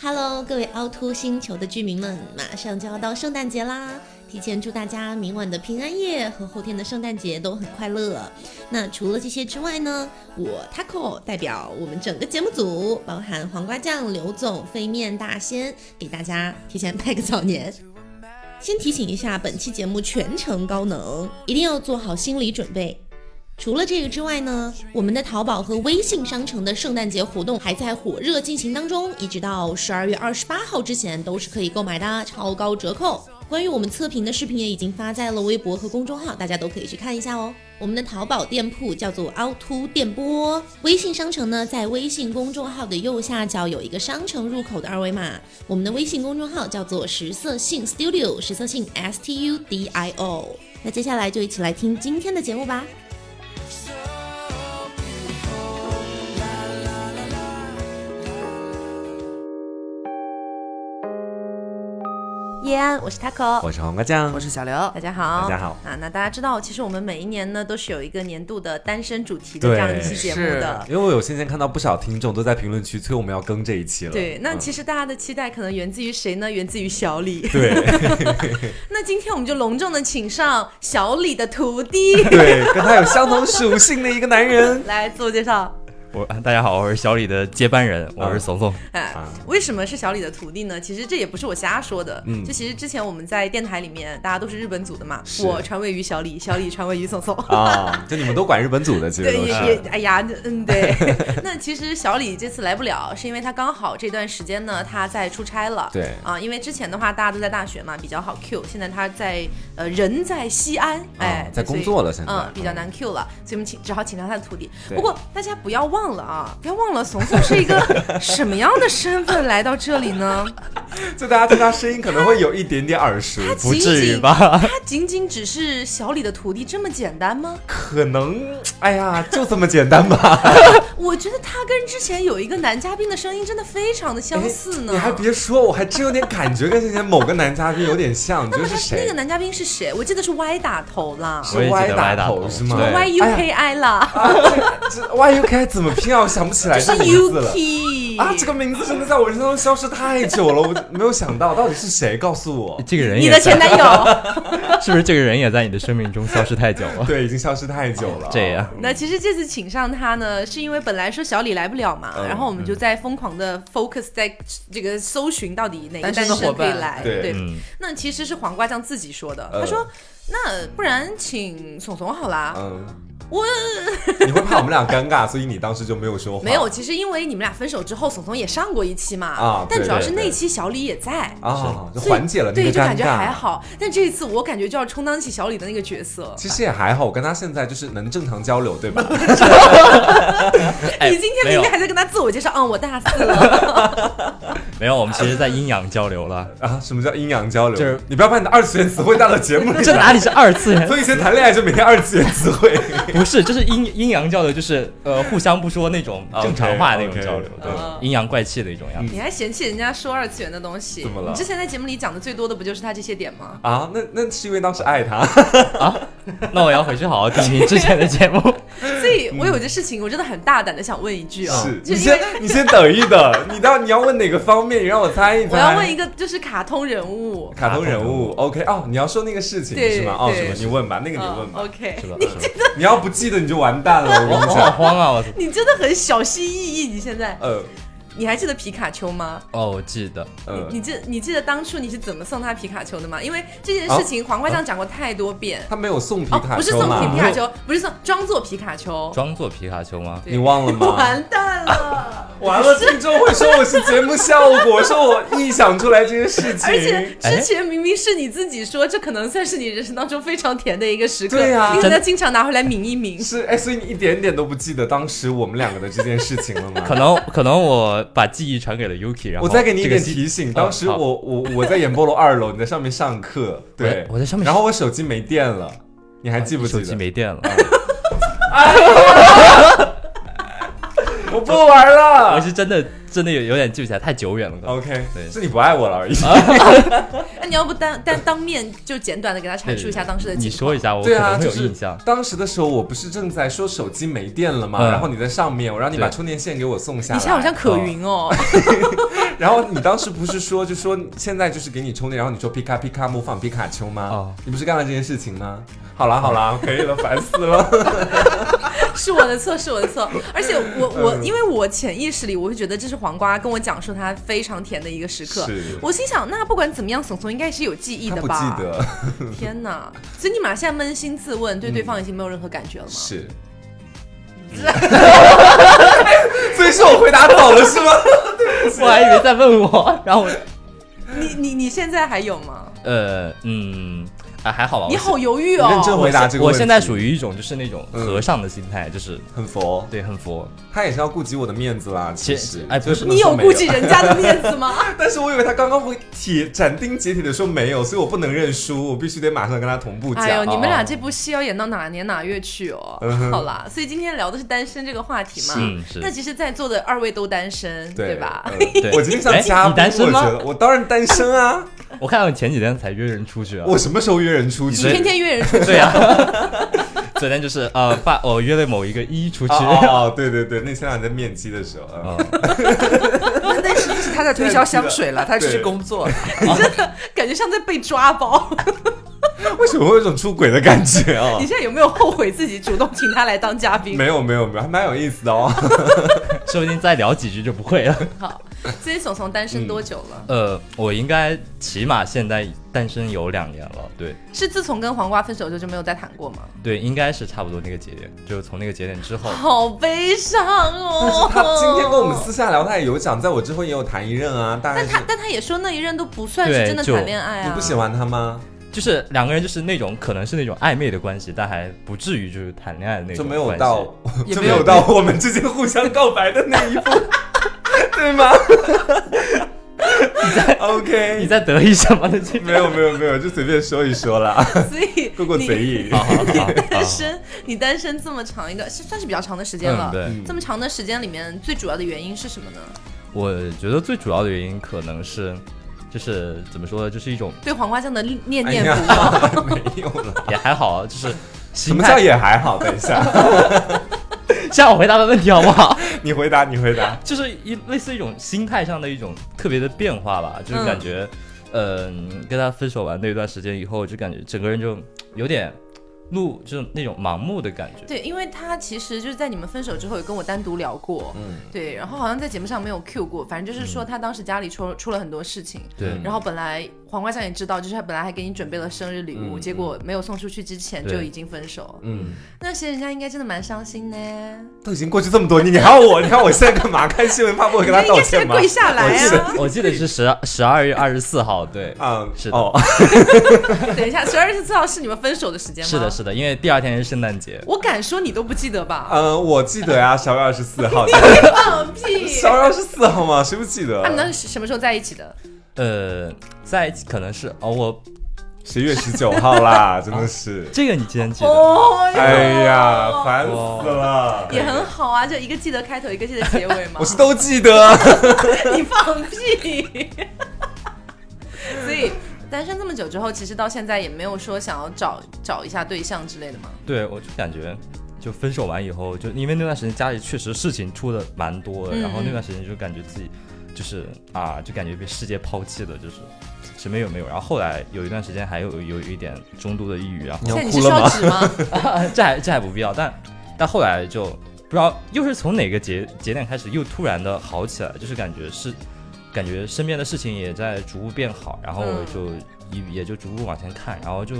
Hello，各位凹凸星球的居民们，马上就要到圣诞节啦！提前祝大家明晚的平安夜和后天的圣诞节都很快乐。那除了这些之外呢，我 Taco 代表我们整个节目组，包含黄瓜酱、刘总、飞面大仙，给大家提前拜个早年。先提醒一下，本期节目全程高能，一定要做好心理准备。除了这个之外呢，我们的淘宝和微信商城的圣诞节活动还在火热进行当中，一直到十二月二十八号之前都是可以购买的，超高折扣。关于我们测评的视频也已经发在了微博和公众号，大家都可以去看一下哦。我们的淘宝店铺叫做凹凸电波，微信商城呢在微信公众号的右下角有一个商城入口的二维码。我们的微信公众号叫做实色性 Studio，实色性 S T U D I O。那接下来就一起来听今天的节目吧。叶安，我是 Taco，我是黄瓜酱我，是小刘大。家好，大家好啊！那大家知道，其实我们每一年呢都是有一个年度的单身主题的对这样一期节目的。因为我有先前看到不少听众都在评论区催我们要更这一期了。对，那嗯其实大家的期待可能源自于谁呢？源自于小李。对那今天我们就隆重的请上小李的徒 弟对，跟他有相同属性的一个男人 来自我介绍。我 大家好，我是小李的接班人，我是怂怂。哎啊，为什么是小李的徒弟呢？其实这也不是我瞎说的，嗯就其实之前我们在电台里面，大家都是日本组的嘛，是我传位于小李，小李传位于宋宋。啊，就你们都管日本组的，其实对，都也也是，哎呀，嗯，对。 那其实小李这次来不了，是因为他刚好这段时间呢，他在出差了。对啊，因为之前的话大家都在大学嘛，比较好 Q。现在他在呃人在西安，哎，在对所工以作了现在嗯，比较难 Q 了，所以我们请只好请上他的徒弟。对不过大家不要忘了啊，不要忘了，怂怂是一个什么样的身份来到这里呢？就大家对他声音可能会有一点点耳熟，不至于吧？他仅仅只是小李的徒弟这么简单吗？可能，哎呀，就这么简单吧。我觉得他跟之前有一个男嘉宾的声音真的非常的相似哎呢。你还别说，我还真有点感觉跟之前某个男嘉宾有点像，你觉那得么是他那谁个？男嘉宾是谁？我记得是 Y 打头啦是 我也记得歪打歪打头头是什吗么对，Y U 哎 K I 啦，这 YUK 怎么拼啊？我想不起来是这名字 U 了。 K 啊，这个名字真的在我人生中消失太久了，我没有想到到底是谁告诉 我。这个人你也的在前男友。是不是这个人也在你的生命中消失太久了？对，已经消失太久了。这样， 那其实这次请上他呢，是因为本来说小李来不了嘛，嗯然后我们就在疯狂的 focus 在这个搜寻到底哪个单单身的身伙可以伴来。对对，嗯，那其实是黄瓜酱自己说的，呃他说。那不然请怂怂好啦，嗯，我你会怕我们俩尴尬，所以你当时就没有说话。没有，其实因为你们俩分手之后，怂怂也上过一期嘛，啊但对主要对是对那期小李也在，啊，就所以缓解了那对，个就尴感觉尬。还。好。但这一次我感觉就要充当起小李的那个角 色。其实也还好，我跟他现在就是能正常交流，对 吧？哎你今天没明有明还在跟他自我介绍，嗯，我大四了，没有，我们其实在阴阳交流了。啊，什么叫阴阳交流？就是你不要把你的二次元词汇带到节 目里 这来。哪里是二次元？所以以前谈恋爱就每天二次元词汇。 不是，这是阴阴阳交流，就是呃互相不说那种 OK，正常话那啊种 OK，嗯交流，嗯对，阴阳怪气的一种样子。你还嫌弃人家说二次元的东西？怎么了你之前在节目里讲的最多的不就是他这些点吗？啊，那那是因为当时爱他。那我要回去好好听听之前的节 目。所以我有件事情，我真的很大胆的想问一句啊，嗯是，就你是因为先你先等一等，你到你要问哪个方面，你让我猜一猜。我要问一个就是卡通人物，卡通人物，OK 哦，你要说那个事情对是吗？哦，对什么？你问吧，那个你问嗯吧。 ，OK，是吧？你要不记得你就完蛋了， 我我跟你好讲。慌啊！我操你真的很小心翼翼。你现在呃你还记得皮卡丘吗？哦，我记得，呃，你记你记得当初你是怎么送他皮卡丘的吗？因为这件事情黄瓜酱讲过太多遍。他没有送哦皮哦，卡不是丘送皮吗？皮卡丘，不是送装作皮卡丘，装作皮卡丘吗？对你忘了吗？ 啊完蛋了。完了，听众会说我是节目效果，说我臆想出来这些事 而且情。之前明明是你自己说，这可能算是你人生当中非常甜的一个时刻，对啊因为他经常拿回来抿一抿。是哎，所以你一点点都不记得当时我们两个的这件事情了 吗？可能可能我把记忆传给了 Yuki，然后我再给你一这个点记提醒，哦当时好我我我在演播楼二楼，你在上面上课，对，我在上面然后我手机没电了， 你还记不记手机得？没电了，我我不玩我了。是真的真的有有点记不起来，太久远了。 OK，对是你不爱我了而已。那哎你要不单单当面就简短的给他阐述一下当时的你情说况？一下，我可对啊，能会就有是印象。当时的时候，我不是正在说手机没电了吗？嗯然后你在上面，我让你对把充电线给我送下你来。现在好像可云哦，然后你当时不是说，就说现在就是给你充电，然后你说皮卡皮卡模仿皮卡丘吗？哦你不是干了这件事情吗？好啦好啦，可以了，烦死了。 是我的错，是我的错。而且我我嗯因为我潜意识里我会觉得这是黄瓜跟我讲述他非常甜的一个时刻 是，我心想那不管怎么样，怂怂应该是有记忆他的不吧？记得，天哪！所以你马上扪心自问，对对方已经没有任何感觉了吗？是。嗯所以是我回答早了是吗？我还以为在问我，然后我 你你你现在还有吗？呃嗯啊还好吧。你我是好犹豫你认真哦。回答这个我问题。嗯现在属于一种就是那种和尚的心态，就是很佛，对很佛。他也是要顾及我的面子啦。其其实，哎所以不是能你说有没顾及人家的面子吗？ 但是我以为他刚刚会铁斩钉截铁的说没有，所以我不能认输，我必须得马上跟他同步讲。哎呦，你们哦俩嗯这部戏要演到哪年哪月去哦？好啦，所以今天聊的是单身这个话题嘛。是是那其实，在座的二位都单身，对吧？嗯对我今天像嘉哎宾，你单身我吗觉得我当然单身啊！ 我看到你前几天才约人出去啊。我什么时候约人出你去？啊对天天约人出去， 对呀、 昨天就是呃发我约了某一个一出去。哦哦，哦对对对，那前两天在面基的时候，嗯嗯那是是他在推销香水了，他只是对工作了。 感觉像在被抓包。哦为什么会有一种出轨的感觉啊 你？现在有没有后悔自己主动请他来当嘉宾？没有没有没有，还蛮有意思的哦。 说不定再聊几句就不会了。 好，所以怂怂单身多久了？呃，我应该起码现在单身有两年了，对是自从跟黄瓜分手之后就没有再谈过吗？对，应该是差不多那个节点，就从那个节点之后，好悲伤但是 哦。他今天跟我们私下聊，他也有讲，在我之后也有谈一任啊，大概 但是他但他也说那一任都不算是对真的就谈恋爱啊。你不喜欢他吗？就是两个人就是那种可能是那种暧昧的关系，但还不至于就是谈恋爱的那就种没关系。有到， 也就没没有有到我们之间互相告白的那一步， 对吗？OK， 你在得意什么的 这没有没有没有，就随便说一说啦， 所以过过嘴你瘾。啊好好好好，单身，你单身这么长一段，是算是比较长的时间了 嗯，。对，这么长的时间里面，最主要的原因是什么呢？我觉得最主要的原因可能是，就是怎么说呢，就是一种对黄瓜酱的念哎 念呀不忘。，没有了。也还好，就是什心么叫态。也还好？等一下， 像我回答的问题好不好？ 你回答，你回答。就是一类似一种心态上的一种特别的变化吧，就是感觉，嗯、跟他分手完那段时间以后，就感觉整个人就有点路，就是那种盲目的感觉。对，因为他其实就是在你们分手之后有跟我单独聊过，嗯，对，然后好像在节目上没有 Q 过，反正就是说他当时家里出出了很多事情。对嗯然后本来黄瓜酱也知道，就是他本来还给你准备了生日礼物，嗯结果没有送出去之前对就已经分手。嗯，那其实人家应该真的蛮伤心呢。都已经过去这么多年，你还要我？你看我现在干嘛？ 看新闻发布会跟他那应道该现在歉吗？跪下来我记啊！我记得是十十二月二十四号，对， 嗯，是的哦，等一下，十二月四号是你们分手的时间吗？是的，是的，因为第二天是圣诞节，我敢说你都不记得吧？嗯，我记得呀，十二月二十四 号，放屁！十二月二十四号吗？谁不记得他？们当时什么时候在一起的？呃，在一起可能是哦，我十一月十九号啦，真的是，这个你竟然记得，哦哎呀，烦死了。也很好啊，就一个记得开头，一个记得结尾 嘛。我是都记得，啊你放屁！ 所以单身这么久之后，其实到现在也没有说想要找找一下对象之类的嘛。对我就感觉。就分手完以后，就因为那段时间家里确实事情出的蛮多的，嗯然后那段时间就感觉自己就是啊，就感觉被世界抛弃了，就是什么也没有。然后后来有一段时间还有有有一点中度的抑郁，然后你现要在你是哭了需要吗？纸吗？ 这还这还不必要，但但后来就不知道又是从哪个节节点开始，又突然的好起来，就是感觉是感觉身边的事情也在逐步变好，然后嗯就也、也就逐步往前看，然后就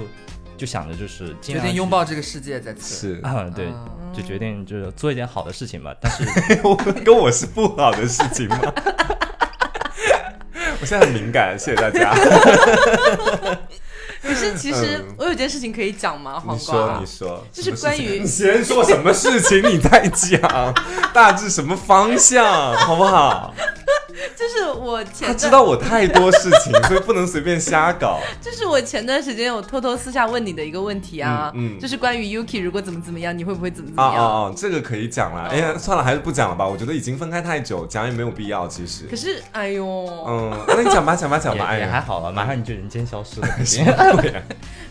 就想着就是尽决量定去拥抱这个世界，再次。啊是，啊，对，嗯就决定就是做一点好的事情吧。但是哎我跟我是不好的事情吗？ 我现在很敏感，谢谢大家。可是其实我有件事情可以讲吗？黄嗯你说，瓜你，说，就什是么事情关于你先说什么事情，你再讲，大致什么方向，好不好？就是我前他段知道我太多事情，所以不能随便瞎搞。这是我前段时间有偷偷私下问你的一个问题啊，嗯嗯就是关于 Yuki 如果怎么怎么样，你会不会怎么怎啊么啊样？啊！这个可以讲啦。哎呀，算了，还是不讲了吧。我觉得已经分开太久，讲也没有必要。其实可，是，哎呦，嗯，那你讲吧，讲吧，讲吧。哎也也还呀，好吧，马上你就人间消 失了。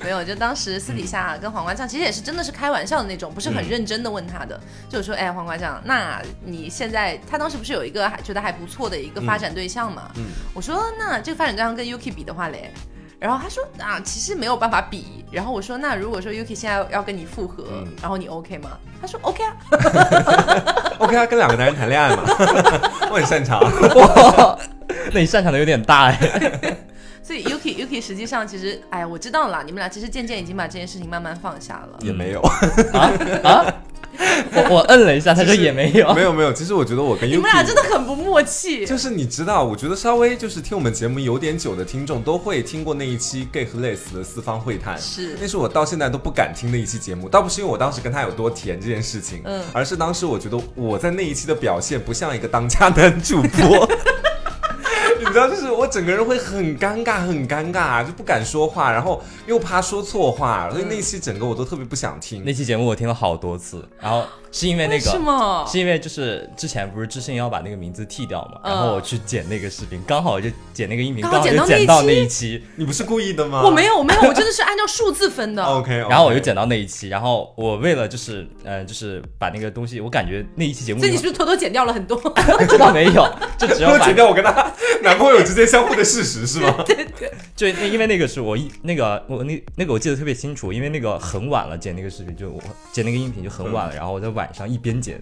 没有，就当时私底下跟黄瓜酱，其实也是真的是开玩笑的那种，不是很认真的问他的，嗯就说，哎，黄瓜酱，那你现在他当时不是有一个还觉得还不错的一个发展对象嘛？嗯我说，那这个发展对象跟 Yuki 比的话嘞？然后他说啊，其实没有办法比。然后我说，那如果说 Yuki 现在要跟你复合，嗯然后你 OK 吗？他说 OK 啊， OK 啊，跟两个男人谈恋爱嘛， 我很擅长。嗯那你擅长的有点大哎。所以 Yuki Yuki 实际上其实，哎，我知道了，你们俩其实渐渐已经把这件事情慢慢放下了。 也没有，我我摁了一下，他说也没有没。有，没有。其实我觉得我跟 Yuki 你们俩真的很不默契。就是你知道，我觉得稍微就是听我们节目有点久的听众都会听过那一期 gay 和 les 的四方会谈，是那是我到现在都不敢听的一期节目，倒不是因为我当时跟他有多甜这件事情，嗯而是当时我觉得我在那一期的表现不像一个当家男 主 播。你知道，就是我整个人会很尴尬，很尴尬，啊就不敢说话，然后又怕说错话，所以那嗯一期整个我都特别不想听。那期节目我听了好多次，然后是因为那为个什么是因为就是之前不是智信要把那个名字剃掉嘛，嗯然后我去剪那个视频，刚好我就剪那个音频，刚刚好好剪就到剪那一到那期一期，你不是故意的啊吗？我没有，我没有，我真的是按照数字分的。 OK，, 然后我就剪到那一期，然后我为了就是呃就是把那个东西，我感觉那一期节目 所以里你面是不是偷偷剪掉了很 多？这倒没 有，就只要要把剪 掉我跟他男朋友之间相互的事实是 吗？就那因为那个是我一那个我那那个我记得特别清楚，因为那个很晚了剪那个视频，就我剪那个音频就很晚了，然后我在晚上一边剪。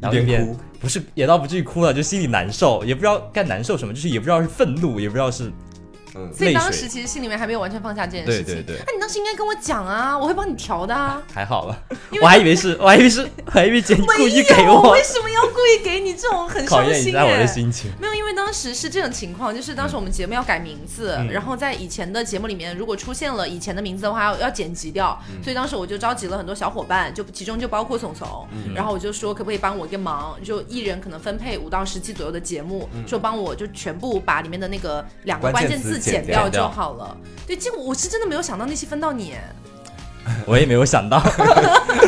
然后一一嗯边边哭不是也倒不至于哭了，就心里难受，也不知道该难受什么，就是也不知道是愤怒，也不知道是嗯，所以泪当水时其实心里面还没有完全放下这件对事情。对对那你当时应该跟我讲啊，我会帮你调的啊。还好吧因为，我还以为是我还以为是我还以为姐你故意给没有我为什么要故意给你这种很考伤验一心下我耶的心情。没有，因为当时是这种情况，就是当时我们节目要改名字，嗯然后在以前的节目里面，如果出现了以前的名字的话，要要剪辑掉。嗯所以当时我就召集了很多小伙伴，就其中就包括怂怂，嗯然后我就说可不可以帮我一个忙，就一人可能分配五到十期左右的节目，嗯说帮我就全部把里面的那个两个关关键键词字剪剪掉掉就好了。对，结果我是真的没有想到那期分到你，我也没有想到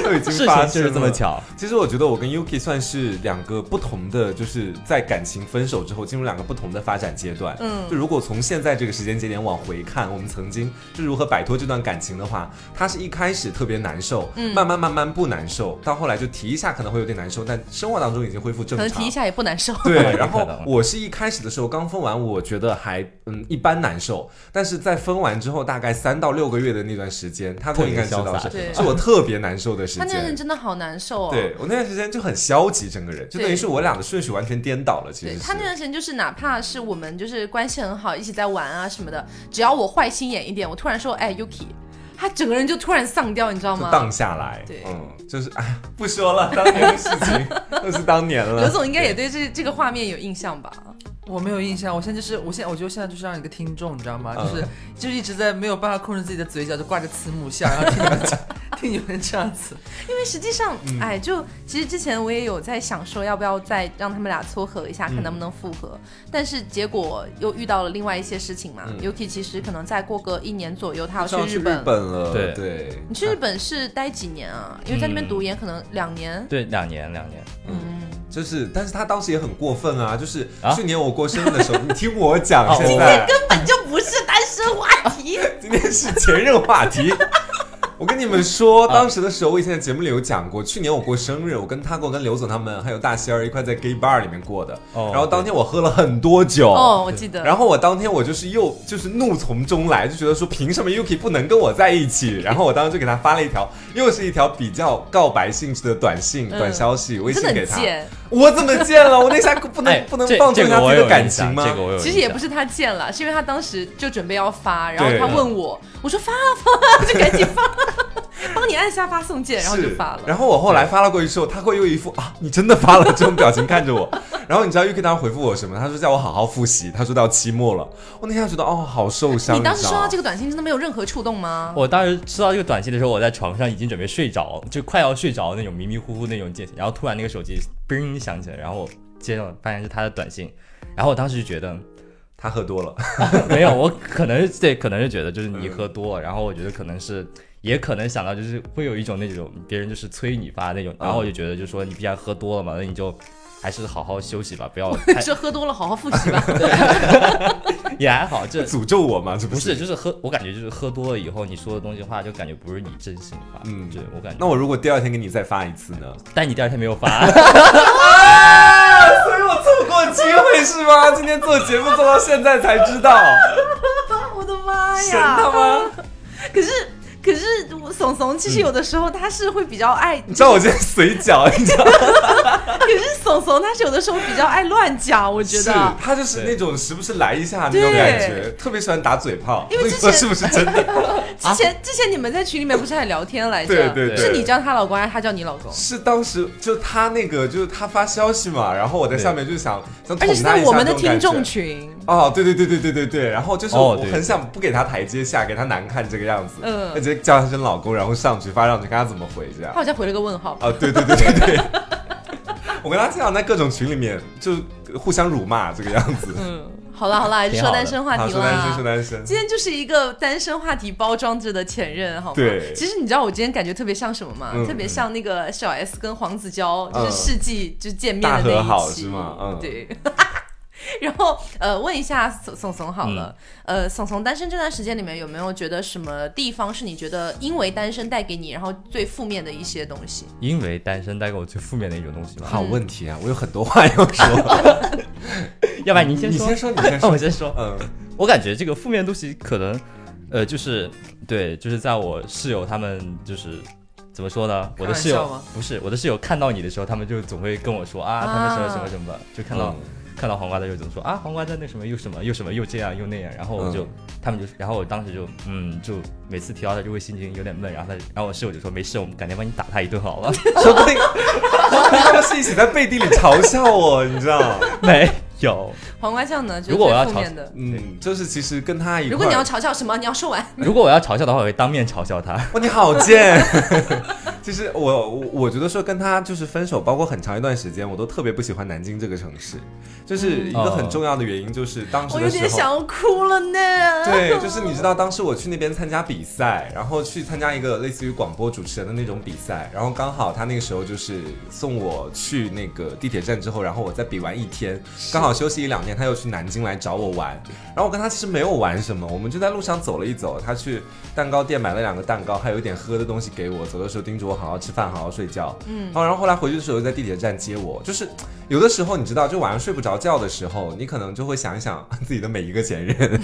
都已经事发情生就是这么了。巧，其实我觉得我跟 Yuki 算是两个不同的，就是在感情分手之后进入两个不同的发展阶段。嗯就如果从现在这个时间节点往回看，我们曾经是如何摆脱这段感情的话，他是一开始特别难受，嗯慢慢慢慢不难受，到后来就提一下可能会有点难受，但生活当中已经恢复可正能常。提一下也不难受。 对，有然后可能我是一开始的时候刚分完，我觉得还嗯一般难受，但是在分完之后大概三到六个月的那段时间，他特更别应该知道潇洒是对是我特别难受的时他那个人间。真的好难受哦。对我那段时间就很消极，整个人就等于对是我俩的顺序完全颠倒了。其对实他那是段时间就是，哪怕是我们就是关系很好，一起在玩啊什么的，只要我坏心眼一点，我突然说哎 Yuki，他整个人就突然丧掉，你知道就吗？荡下来对，嗯，就是哎，不说了，当年的事 情那是当年刘了。总应该也对这这个画面有印象吧？我没有印象，我现在就是，我现在我觉得现在就是让一个听众，你知道吗？嗯就是 就是一直在没有办法控制自己的嘴角，就挂着慈母笑，然后听你们讲 听你们这样子。因为实际上，哎，就其实之前我也有在想说，要不要再让他们俩撮合一下，看能不能复合。但是结果又遇到了另外一些事情嘛。嗯 Yuki 其实可能再过个一年左右，他要上去去日本。嗯本了，对对，你去日本是待几年啊？因为在那边读研可能两年。 对，两年两年，嗯，啊就是，但是他当时也很过分啊，就是啊去年我过生日的时候，你听我讲，哦现我在根本就不是单身话题。今天是前任话题。 我跟你们说，啊当时的时候，我以前在节目里有讲过，去年我过生日，我跟他过跟刘总他们还有大仙儿一块在 gay bar 里面过的。哦然后当天我喝了很多酒。哦，我记得。然后我当天我就是又就是怒从中来，就觉得说凭什么 Yuki 不能跟我在一 起？然后我当时就给他发了一条，又是一条比较告白性质的短信、嗯短消息，微真信的很给他。贱，我怎么贱了？我那下不能、哎不能这放纵一下这个我自己有的感印象情吗？这个我有印象，其实也不是他贱了，是因为他当时就准备要发，然后对他问我，我说发啊发啊，就赶紧 发，帮你按下发送键，然后就是发了。然后我后来发了过去之后，他会用一副啊你真的发了这种表情看着我。 然后你知道 UK 当时回复我什么？他说叫我好好复习，他说到期末了。我那天觉得哦好受伤。你当时知收道吗到这个短信真的没有任何触动吗？我当时收到这个短信的时候，我在床上已经准备睡着，就快要睡着那种迷迷糊糊那种境界，然后突然那个手机嘣响起来，然后我接上发现是他的短信，然后我当时就觉得他喝多了， 没有，我可能对，可能是觉得就是你喝多，然后我觉得可能是，也可能想到就是会有一种那种别人就是催你发那种，然后嗯我就觉得就说你既然喝多了嘛，那你就还是好好休息吧，不要 太这喝多了好好复 习吧。也还好，这诅咒我吗？这不是是。就是喝，我感觉就是喝多了以后你说的东西话，就感觉不是你真心话，嗯嗯，对我感觉。那我如果第二天给你再发一次呢？但你第二天没有发， 所以我错过机会是吗？ 今天做节目做到现在才知道， 我的妈神他呀！妈！可是可是我怂怂其实有的时候他是会比较爱，你知道我今天嘴角， 你知道 可是怂怂他是有的时候比较爱乱讲，我觉是得。他就是那种时不时来一下那对种感觉，特别喜欢打嘴炮。因为所以 说之前是不是真的？之前、之前你们在群里面不是还聊天来着？对对对是你叫她老公还是她叫你老公？是当时就他那个，就是他发消息嘛，然后我在对下面就想想而捅且是他在一我下们那的种听感众觉。群，哦，对对对对对对对，然后就是哦我对很想不给他台阶下，给他难看这个样子，嗯那直接叫他声老公，然后上去发上去，看他怎么回这样她。好像回了个问号。啊，对对对对对， 我跟他经常在各种群里面就互相辱骂这个样子。嗯，好啦好啦，还是挺说好的单身话好，题说男生啦说。男生，今天就是一个单身话题包装着的前任，好吗？对其实你知道我今天感觉特别像什么吗？嗯特别像那个小 S 跟黄子佼，嗯就是世纪就见面大的那一期，和好是吗嗯对。 然后呃，问一下怂怂怂好了，嗯呃，怂怂单身这段时间里面有没有觉得什么地方是你觉得因为单身带给你，然后最负面的一些东西？因为单身带给我最负面的一种东西嘛。好问题啊，我有很多话要说。 要不然你先你说，先说，你先 那我说。哦先说。嗯，我感觉这个负面东西可能，呃，就是对，就是在我室友他们就是怎么说呢？我的室开玩友笑吗不是我的室友看到你的时候，他们就总会跟我说啊，他们什么什么什么，就看到、看到黄瓜的时候总说啊，黄瓜在那什么又什么又什么又这样又那样，然后我就、嗯他们就然后我当时就嗯就每次提到他就会心情有点闷，然后他然后我室友就说没事，我们改天帮你打他一顿好 了，说不定说不定他们是一起在背地里嘲笑我，你知道？没有。黄瓜酱呢，就是如果我最要负吵面的。嗯，就是其实跟他一块儿。如果你要嘲笑什么，你要说完。如果我要嘲笑的话，我会当面嘲笑他。哇，你好贱！ 其实我我我觉得说跟他就是分手，包括很长一段时间，我都特别不喜欢南京这个城市，就是一个很重要的原因，就是当时嗯我有的时点候。想哭了呢。对，就是你知道，当时我去那边参加比赛，然后去参加一个类似于广播主持人的那种比赛，然后刚好他那个时候就是送我去那个地铁站之后，然后我再比完一天，刚好休息一两天，他又去南京来找我玩，然后我跟他其实没有玩什么，我们就在路上走了一走，他去蛋糕店买了两个蛋糕，还有一点喝的东西给我，走的时候叮嘱我好好吃饭，好好睡觉，嗯，然后然后后来回去的时候又在地铁站接我，就是有的时候你知道，就晚上睡不着觉的时候，你可能就会想一想 自己的每一个前任。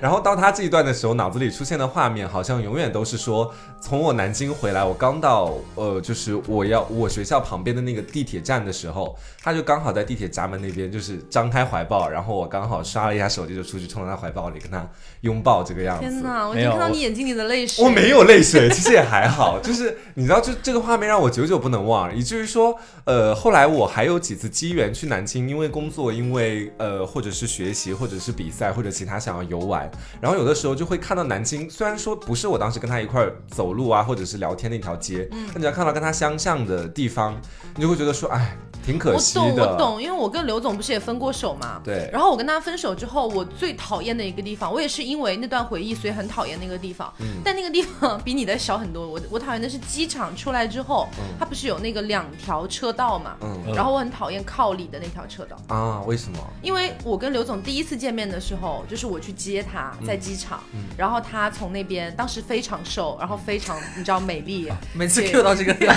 然后到他这一段的时候，脑子里出现的画面好像永远都是说，从我南京回来，我刚到呃，就是我要我学校旁边的那个地铁站的时候，他就刚好在地铁闸门那边，就是张开怀抱，然后我刚好刷了一下手机，就出去冲到他怀抱里跟他拥抱这个样子。 天哪，我已没经有看到你眼睛里的泪水。我没有泪水，其实也还好，就是你知道，就这个画面让我久久不能忘，以至于说，呃，后来我还有几次机缘去南京，因为工作，因为呃，或者是学习，或者是比赛，或者其他想要游玩，然后有的时候就会看到南京，虽然说不是我当时跟他一块儿走路啊，或者是聊天那条街，嗯但只要看到跟他相像的地方，你就会觉得说，哎，挺可我惜懂，的。我懂，因为我跟刘总不是也分过手嘛。对然后我跟他分手之后，我最讨厌的一个地方，我也是因为那段回忆，所以很讨厌那个地方。嗯但那个地方比你的小很多。我我讨厌的是机场出来之后，它不是有那个两条车道嘛？嗯然后我很讨厌靠里的那条车道。啊，为什么？因为我跟刘总第一次见面的时候，就是我去接他嗯在机场，然后他从那边当时非常瘦，然后非常你知道 美丽，啊每次对 Q 到这个料，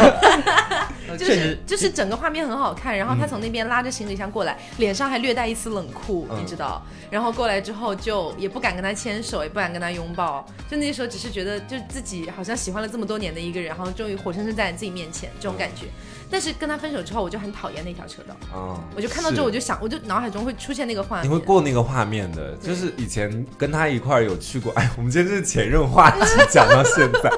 就确是实就是整个画面很好看，然后嗯他从那边拉着行李箱过来，脸上还略带一丝冷酷，嗯你知道。然后过来之后就也不敢跟他牵手，也不敢跟他拥抱，就那时候只是觉得就自己好像喜欢了这么多年的一个人，然后终于活生生站在自己面前这种感觉。嗯但是跟他分手之后，我就很讨厌那条车道，啊，我就看到之后是我就想，我就脑海中会出现那个画面。你会过那个画面的，就是以前跟他一块儿有去过，哎，我们今天这是前 任话题讲到现在，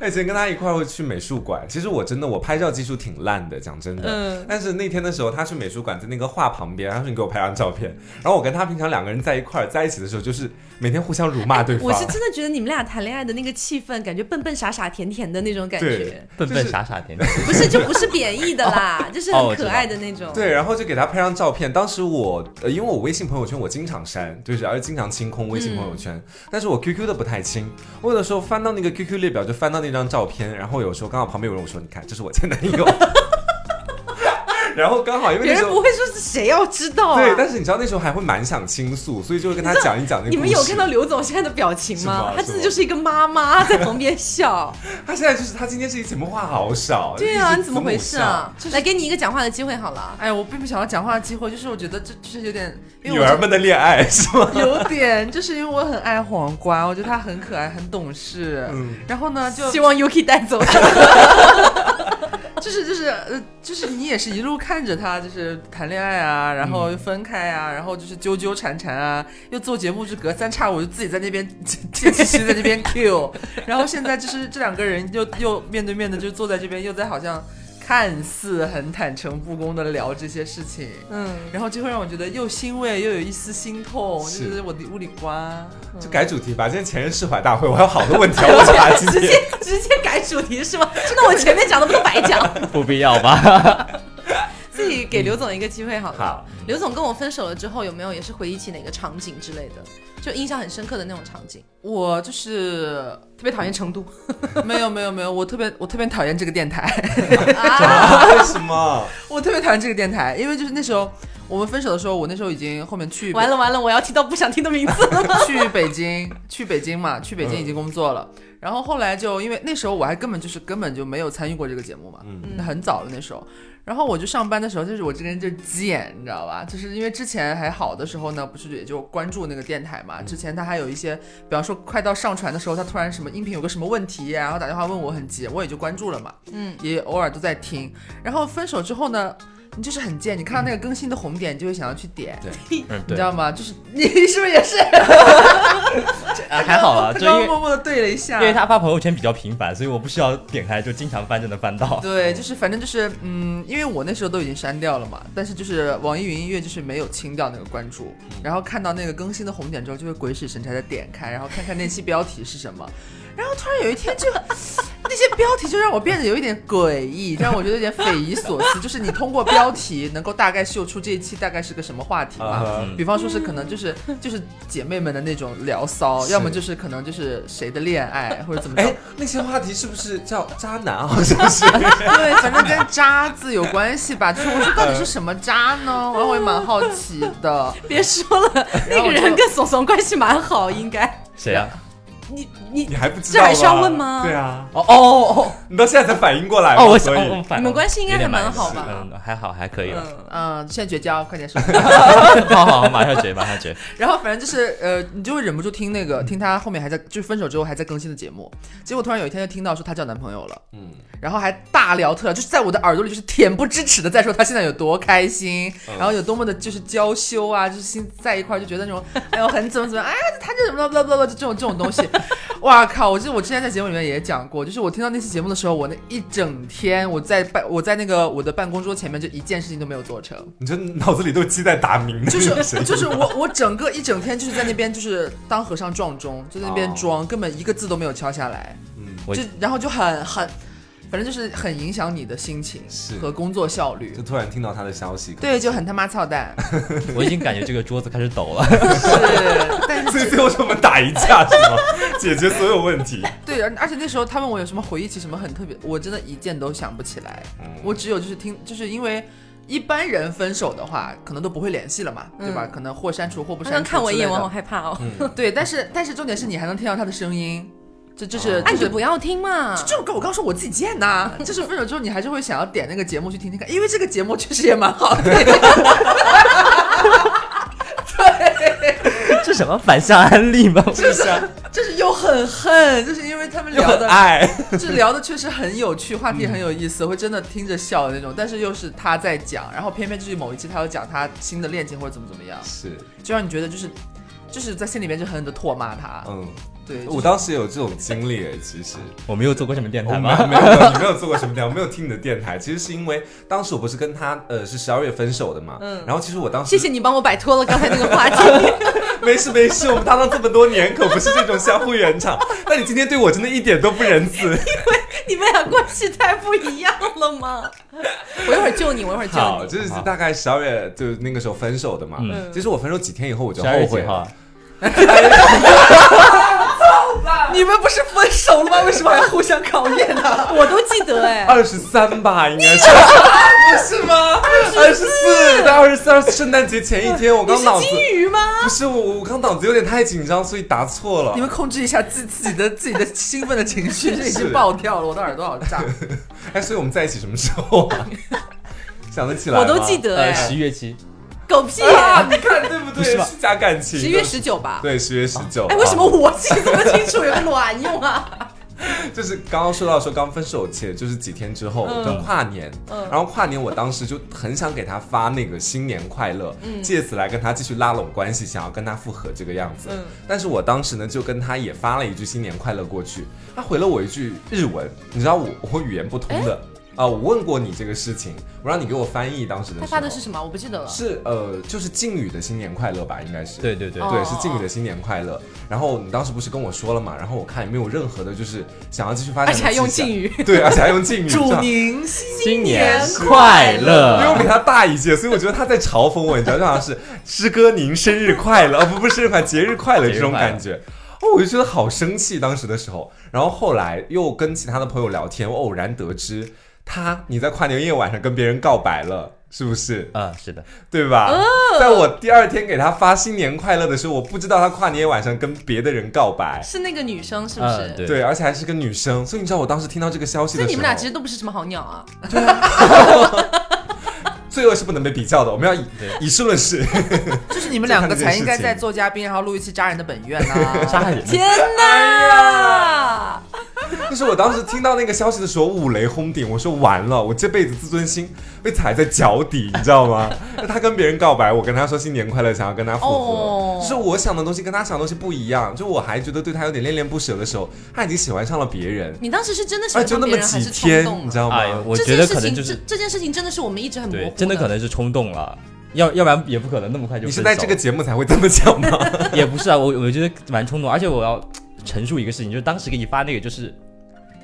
哎，以前跟他一块儿会去美术馆，其实我真的我拍照技术挺挺烂的，讲真的。嗯但是那天的时候，他去美术馆，在那个画旁边，他说你给我拍张照片。然后我跟他平常两个人在一块儿在一起的时候，就是每天互相辱骂对方。哎我是真的觉得你们俩谈恋爱的那个气氛，感觉笨笨傻傻甜甜的那种感觉对，笨笨傻傻甜甜。不是就不是贬义 的啦，就是哦很我知可道爱的那种。对，然后就给他拍张照片。当时我呃，因为我微信朋友圈我经常删，就是而且经常清嗯空微信朋友圈，但是我 QQ 的不太清。我有的时候翻到那个 QQ 列表，就翻到那张照片，然后有时候刚好旁边有人我说：“你看，这是我前男友。” 然后刚好因为别那时人不候。会说是谁要知道啊？对，但是你知道那时候还会蛮想倾诉，所以就会跟他讲一讲那个故事。你们有看到刘总现在的表情吗是吗？他真的就是一个妈妈在旁 边笑。他现在就是他今天这期节目话好少。对就啊，是你怎么回事啊？来，给你一个讲话的机会好了。哎，我并不想要讲话的机会，就是我觉得这就是有点，字因母为笑？女我儿们的恋爱是吗？有点，就是因为我很爱黄瓜，我觉得它很可爱，很懂事。嗯，然后呢，就希望 Yuki 带走。 就是就是呃，就是你也是一路看着他，就是谈恋爱啊，然后又分开啊，然后就是纠纠缠缠啊，又做节目就隔三差五就自己在那边 自己在那边 Q，然后现在就是这两个人又又面对面的就坐在这边，又在好像看似很坦诚不公的聊这些事情，嗯，然后就会让我觉得又欣慰又有一丝心痛，就是是我的屋里瓜。 就改主题吧。今天前任释怀大会，我还有好多问题要问他今 直天。接直接改主题是吗？那我前面讲的不都白讲？ 不必要吧？自己给刘总一个机会好了。嗯好刘总跟我分手了之后，有没有也是回忆起哪个场景之类的，就印象很深刻的那种场景？我就是特别讨厌成都没有没有没有，我特别我特别讨厌这个电台。 啊！为什么？我特别讨厌这个电台，因为就是那时候我们分手的时候，我那时候已经后面去完了完了，我要提到不想听的名 字。 去北京，去北京嘛，去北京已经工作了。然后后来就因为那时候我还根本就是根本就没有参与过这个节目嘛，嗯那很早的那时候。然后我就上班的时候，就是我这个人就是贱，你知道吧？就是因为之前还好的时候呢，不是也就关注那个电台嘛。之前他还有一些，比方说快到上传的时候，他突然什么音频有个什么问题，然后打电话问我很急，我也就关注了嘛。嗯，也偶尔都在听。然后分手之后呢，你就是很贱，你看到那个更新的红点，你就会想要去点。嗯，你对知，道吗？就是 你是不是也是？啊还好啊，他就刚因刚为默默的对了一下，因为他发朋友圈比较频繁，所以我不需要点开就经常翻就能翻 到。对，就是反正就是嗯，因为我那时候都已经删掉了嘛，但是就是网易云音乐就是没有清掉那个关注，嗯然后看到那个更新的红点之后，就会鬼使神差的点开，然后看看那期标题是什么，然后突然有一天就啊那些标题就让我变得有一点诡异，让我觉得有点匪夷所思。 就是你通过标题能够大概秀出这一期大概是个什么话题嘛啊哈比方说是可能就是 就是姐妹们的那种聊骚，是要么就是可能就是谁的恋爱或者怎么着。 哎，那些话题是不是叫渣男？好像是。 对，反正跟“渣”字有关系吧。就是我说到底是什么渣呢？然后我也蛮好奇的。别说了，那个人跟怂怂关系蛮好，应该。谁啊？你你你还不知这道吗？还需要问吗对啊，哦哦你到现在才反应过来吗哦，我所想以哦我反你们关系应该有点还蛮埋好是吧嗯，还好，还可以吧。哦，嗯，现在绝交，快点说。 嗯 好好，马上决，马 上决。然后反正就是呃，你就会忍不住听那个听他后面还在，就是分手之后还在更新的节目。结果突然有一天就听到说她交男朋友了，嗯，然后还大聊特聊，就是在我的耳朵里就是恬不知耻的在说她现在有多开心，然后有多么的就是娇羞啊，就是心在一块儿就觉得那种哎呦很怎么怎么样哎呀他这怎么怎么怎么就这种这种东西，哇靠！我记得我之前在节目里面也讲过，就是我听到那期节目的时候，我那一整天我在办我在那个我的办公桌前面就一件事情都没有做成。你这脑子里都记在打鸣的 就那个是 声哦音，就是我我整个一整天就是在那边就是当和尚撞钟，就在那边装，根本一个字都没有敲下来，哦嗯我就然后就很很，反正就是很影响你的心情是和工作效率就。突然听到他的消息，对，就很他妈操 蛋，我已经感觉这个桌子开 始抖了。是，但所以最后是我们打一架是吗？解决所有问题。对，而而且那时候他问我有什么回忆起什么很特别，我真的一件都想不起来。嗯我只有就是听，就是因为一般人分手的话，可能都不会联系了嘛，对吧？可能或删除或不嗯他删除。刚看我一眼，我好。害怕哦。对，但是但是重点是你还能听到他的声音，这这哦是那这啊哎你是不要听嘛。就跟我刚说我自己贱呐、 就是分手之后你还是会想要点那个节目去听听看，因为这个节目确实也蛮好的。 这什么反向安利 吗？就是就是又很恨，就是因为他们聊的，啊爱，嗯就是聊的确实很有趣，话题很有意思，会真的听着笑的那种。但是又是他在讲，然后偏偏就是某一期他又讲他新的恋情或者怎么怎么样，是就让你觉得就是就是在心里面就狠狠的唾骂他。嗯，对，就我是当时有这种经历，其实。我没有做过什么电我台没吗？有没有没有，你没有做过什么电台，我没有听你的电台。其实是因为当时我不是跟他呃是十二月分手的嘛，嗯然后其实我当时谢谢你帮我摆脱了刚才那个话 题。没事没事，我们搭档这么多年，可不是这种相互圆 场。那你今天对我真的一点都不仁慈。你们俩关系太不一样了吗？我一会儿救你，我一会儿好，救你。就是大概十二月就是那个时候分手的嘛。嗯其实我分手几天以后我就十二月后几悔号了，啊？你们不是分 手了吗？为什么还互相考验呢、我都记得哎，二十三吧，应该 是不是吗？ 二十四到二十四，二十圣诞节前一天，我你刚是脑子金鱼吗？不是我，我刚脑子有点太紧张，所以答错了你。们控制一下自自己的自己的兴奋的情绪，这已经爆掉了，我的耳朵好炸。哎，所以我们在一起什么时候啊？ 想得起来吗我都记得呃，哎，十一月七，狗屁！啊！ 你看对不对？不是吧是加感情。十一月十九吧？对，十月十九。哎，为什么我记得这么清楚？有个卵用啊！就是刚刚说到说刚分手前就是几天之后，嗯就跨年，嗯然后跨年我当时就很想给他发那个新年快乐，嗯借此来跟他继续拉拢关系，想要跟他复合这个样子。嗯但是我当时呢就跟他也发了一句新年快乐过去，他回了我一句日文，你知道我我语言不通的啊、我问过你这个事情，我让你给我翻译当时的时候，他发的是什么？我不记得了。是呃就是敬语的新年快乐吧，应该是对对对，哦对，是敬你的新年快乐。然后你当时不是跟我说了嘛？然后我看也没有任何的，就是想要继续发展，而且还用敬，语。对，而且还用敬 语，祝这样您新年快因为我乐！比他大一届，所以我觉得他在嘲讽我，你知道，就好像是师哥您生日快乐，哦不不是生日快乐，节日快乐这种感觉。哦，我就觉得好生气，当时的时候。然后后来又跟其他的朋友聊天，我偶然得知他你在跨年夜晚上跟别人告白了，是不是？啊，是的，对吧？哦在我第二天给他发新年快乐的时候，我不知道他跨年夜晚上跟别的人告白。是那个女生是不嗯是？对对，而且还是个女生，所以你知道我当时听到这个消息的时所以候，你们俩其实都不是什么好鸟啊！罪恶是不能被比较的，我们要以对以事论事。就是你们两个才应该在做嘉宾，然后录一期扎人的本愿呐、啊 杀人天哎哪！ 就是我当时听到那个消息的时候，五雷轰顶，我说完了，我这辈子自尊心被踩在脚底，你知道吗？ 那他跟别人告白，我跟他说新年快乐，想要跟他复合，哦就是我想的东西跟他想的东西不一样，就我还觉得对他有点恋恋不舍的时候，他已经喜欢上了别人，你当时是真的喜哎，欢就上那别么人还几是天冲，动你了知？道吗？哎呦，我这觉件得事可能情，就是这这件事情真的是我们一直很模对糊，，真的可能是冲动了，要要不然也不可能那么快就你是分在手这个节目才会这么讲吗？ 也不是啊，我我觉得蛮冲动，而且我要陈述一个事情，就是当时给你发那个就是，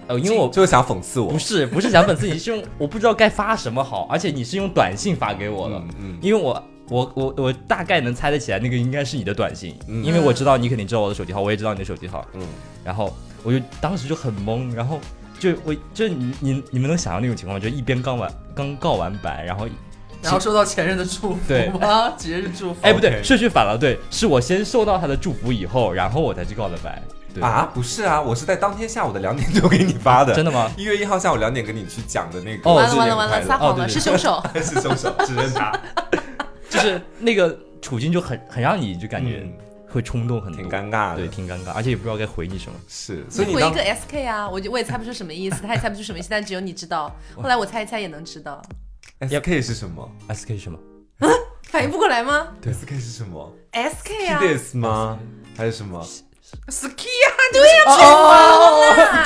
呃，因为我就是想讽刺我不。是不是想粉丝，你是用我不知道该发什么好，而且你是用短信发给我的，嗯嗯因为我。我我我大概能猜得起来，那个应该是你的短信，嗯因为我知道你肯定知道我的手机号，我也知道你的手机号，嗯，然后我就当时就很懵，然后就我就你你你们能想象那种情况吗，就一边刚完刚告完白，然后然后收到前任的祝对福吗？节日祝福。哎不对 OK 顺序反了，对，是我先收到他的祝福以后，然后我才去告的白，对，啊，不是啊，我是在当天下午的两点就给你发的，真的吗？一月一号下午两点跟你去讲的那个。哦完了这完了完了，撒哦谎了，对对是凶 手。了！是凶手，指认他，就是那个处境就很很让你就感觉嗯会冲动很多，挺尴尬的。对，挺尴尬，而啊且也不知道该回你什么。是，所你以你回一当个 SK 啊，我就我也猜不出什么意思，他也猜不出什么意思，但只有你知道。后来我猜一猜也能知道， SK 是什么 SK 是 什么？反应不过来吗？SK 是什么？SK 啊， ？Kids 吗？还是什么？ ski 啊，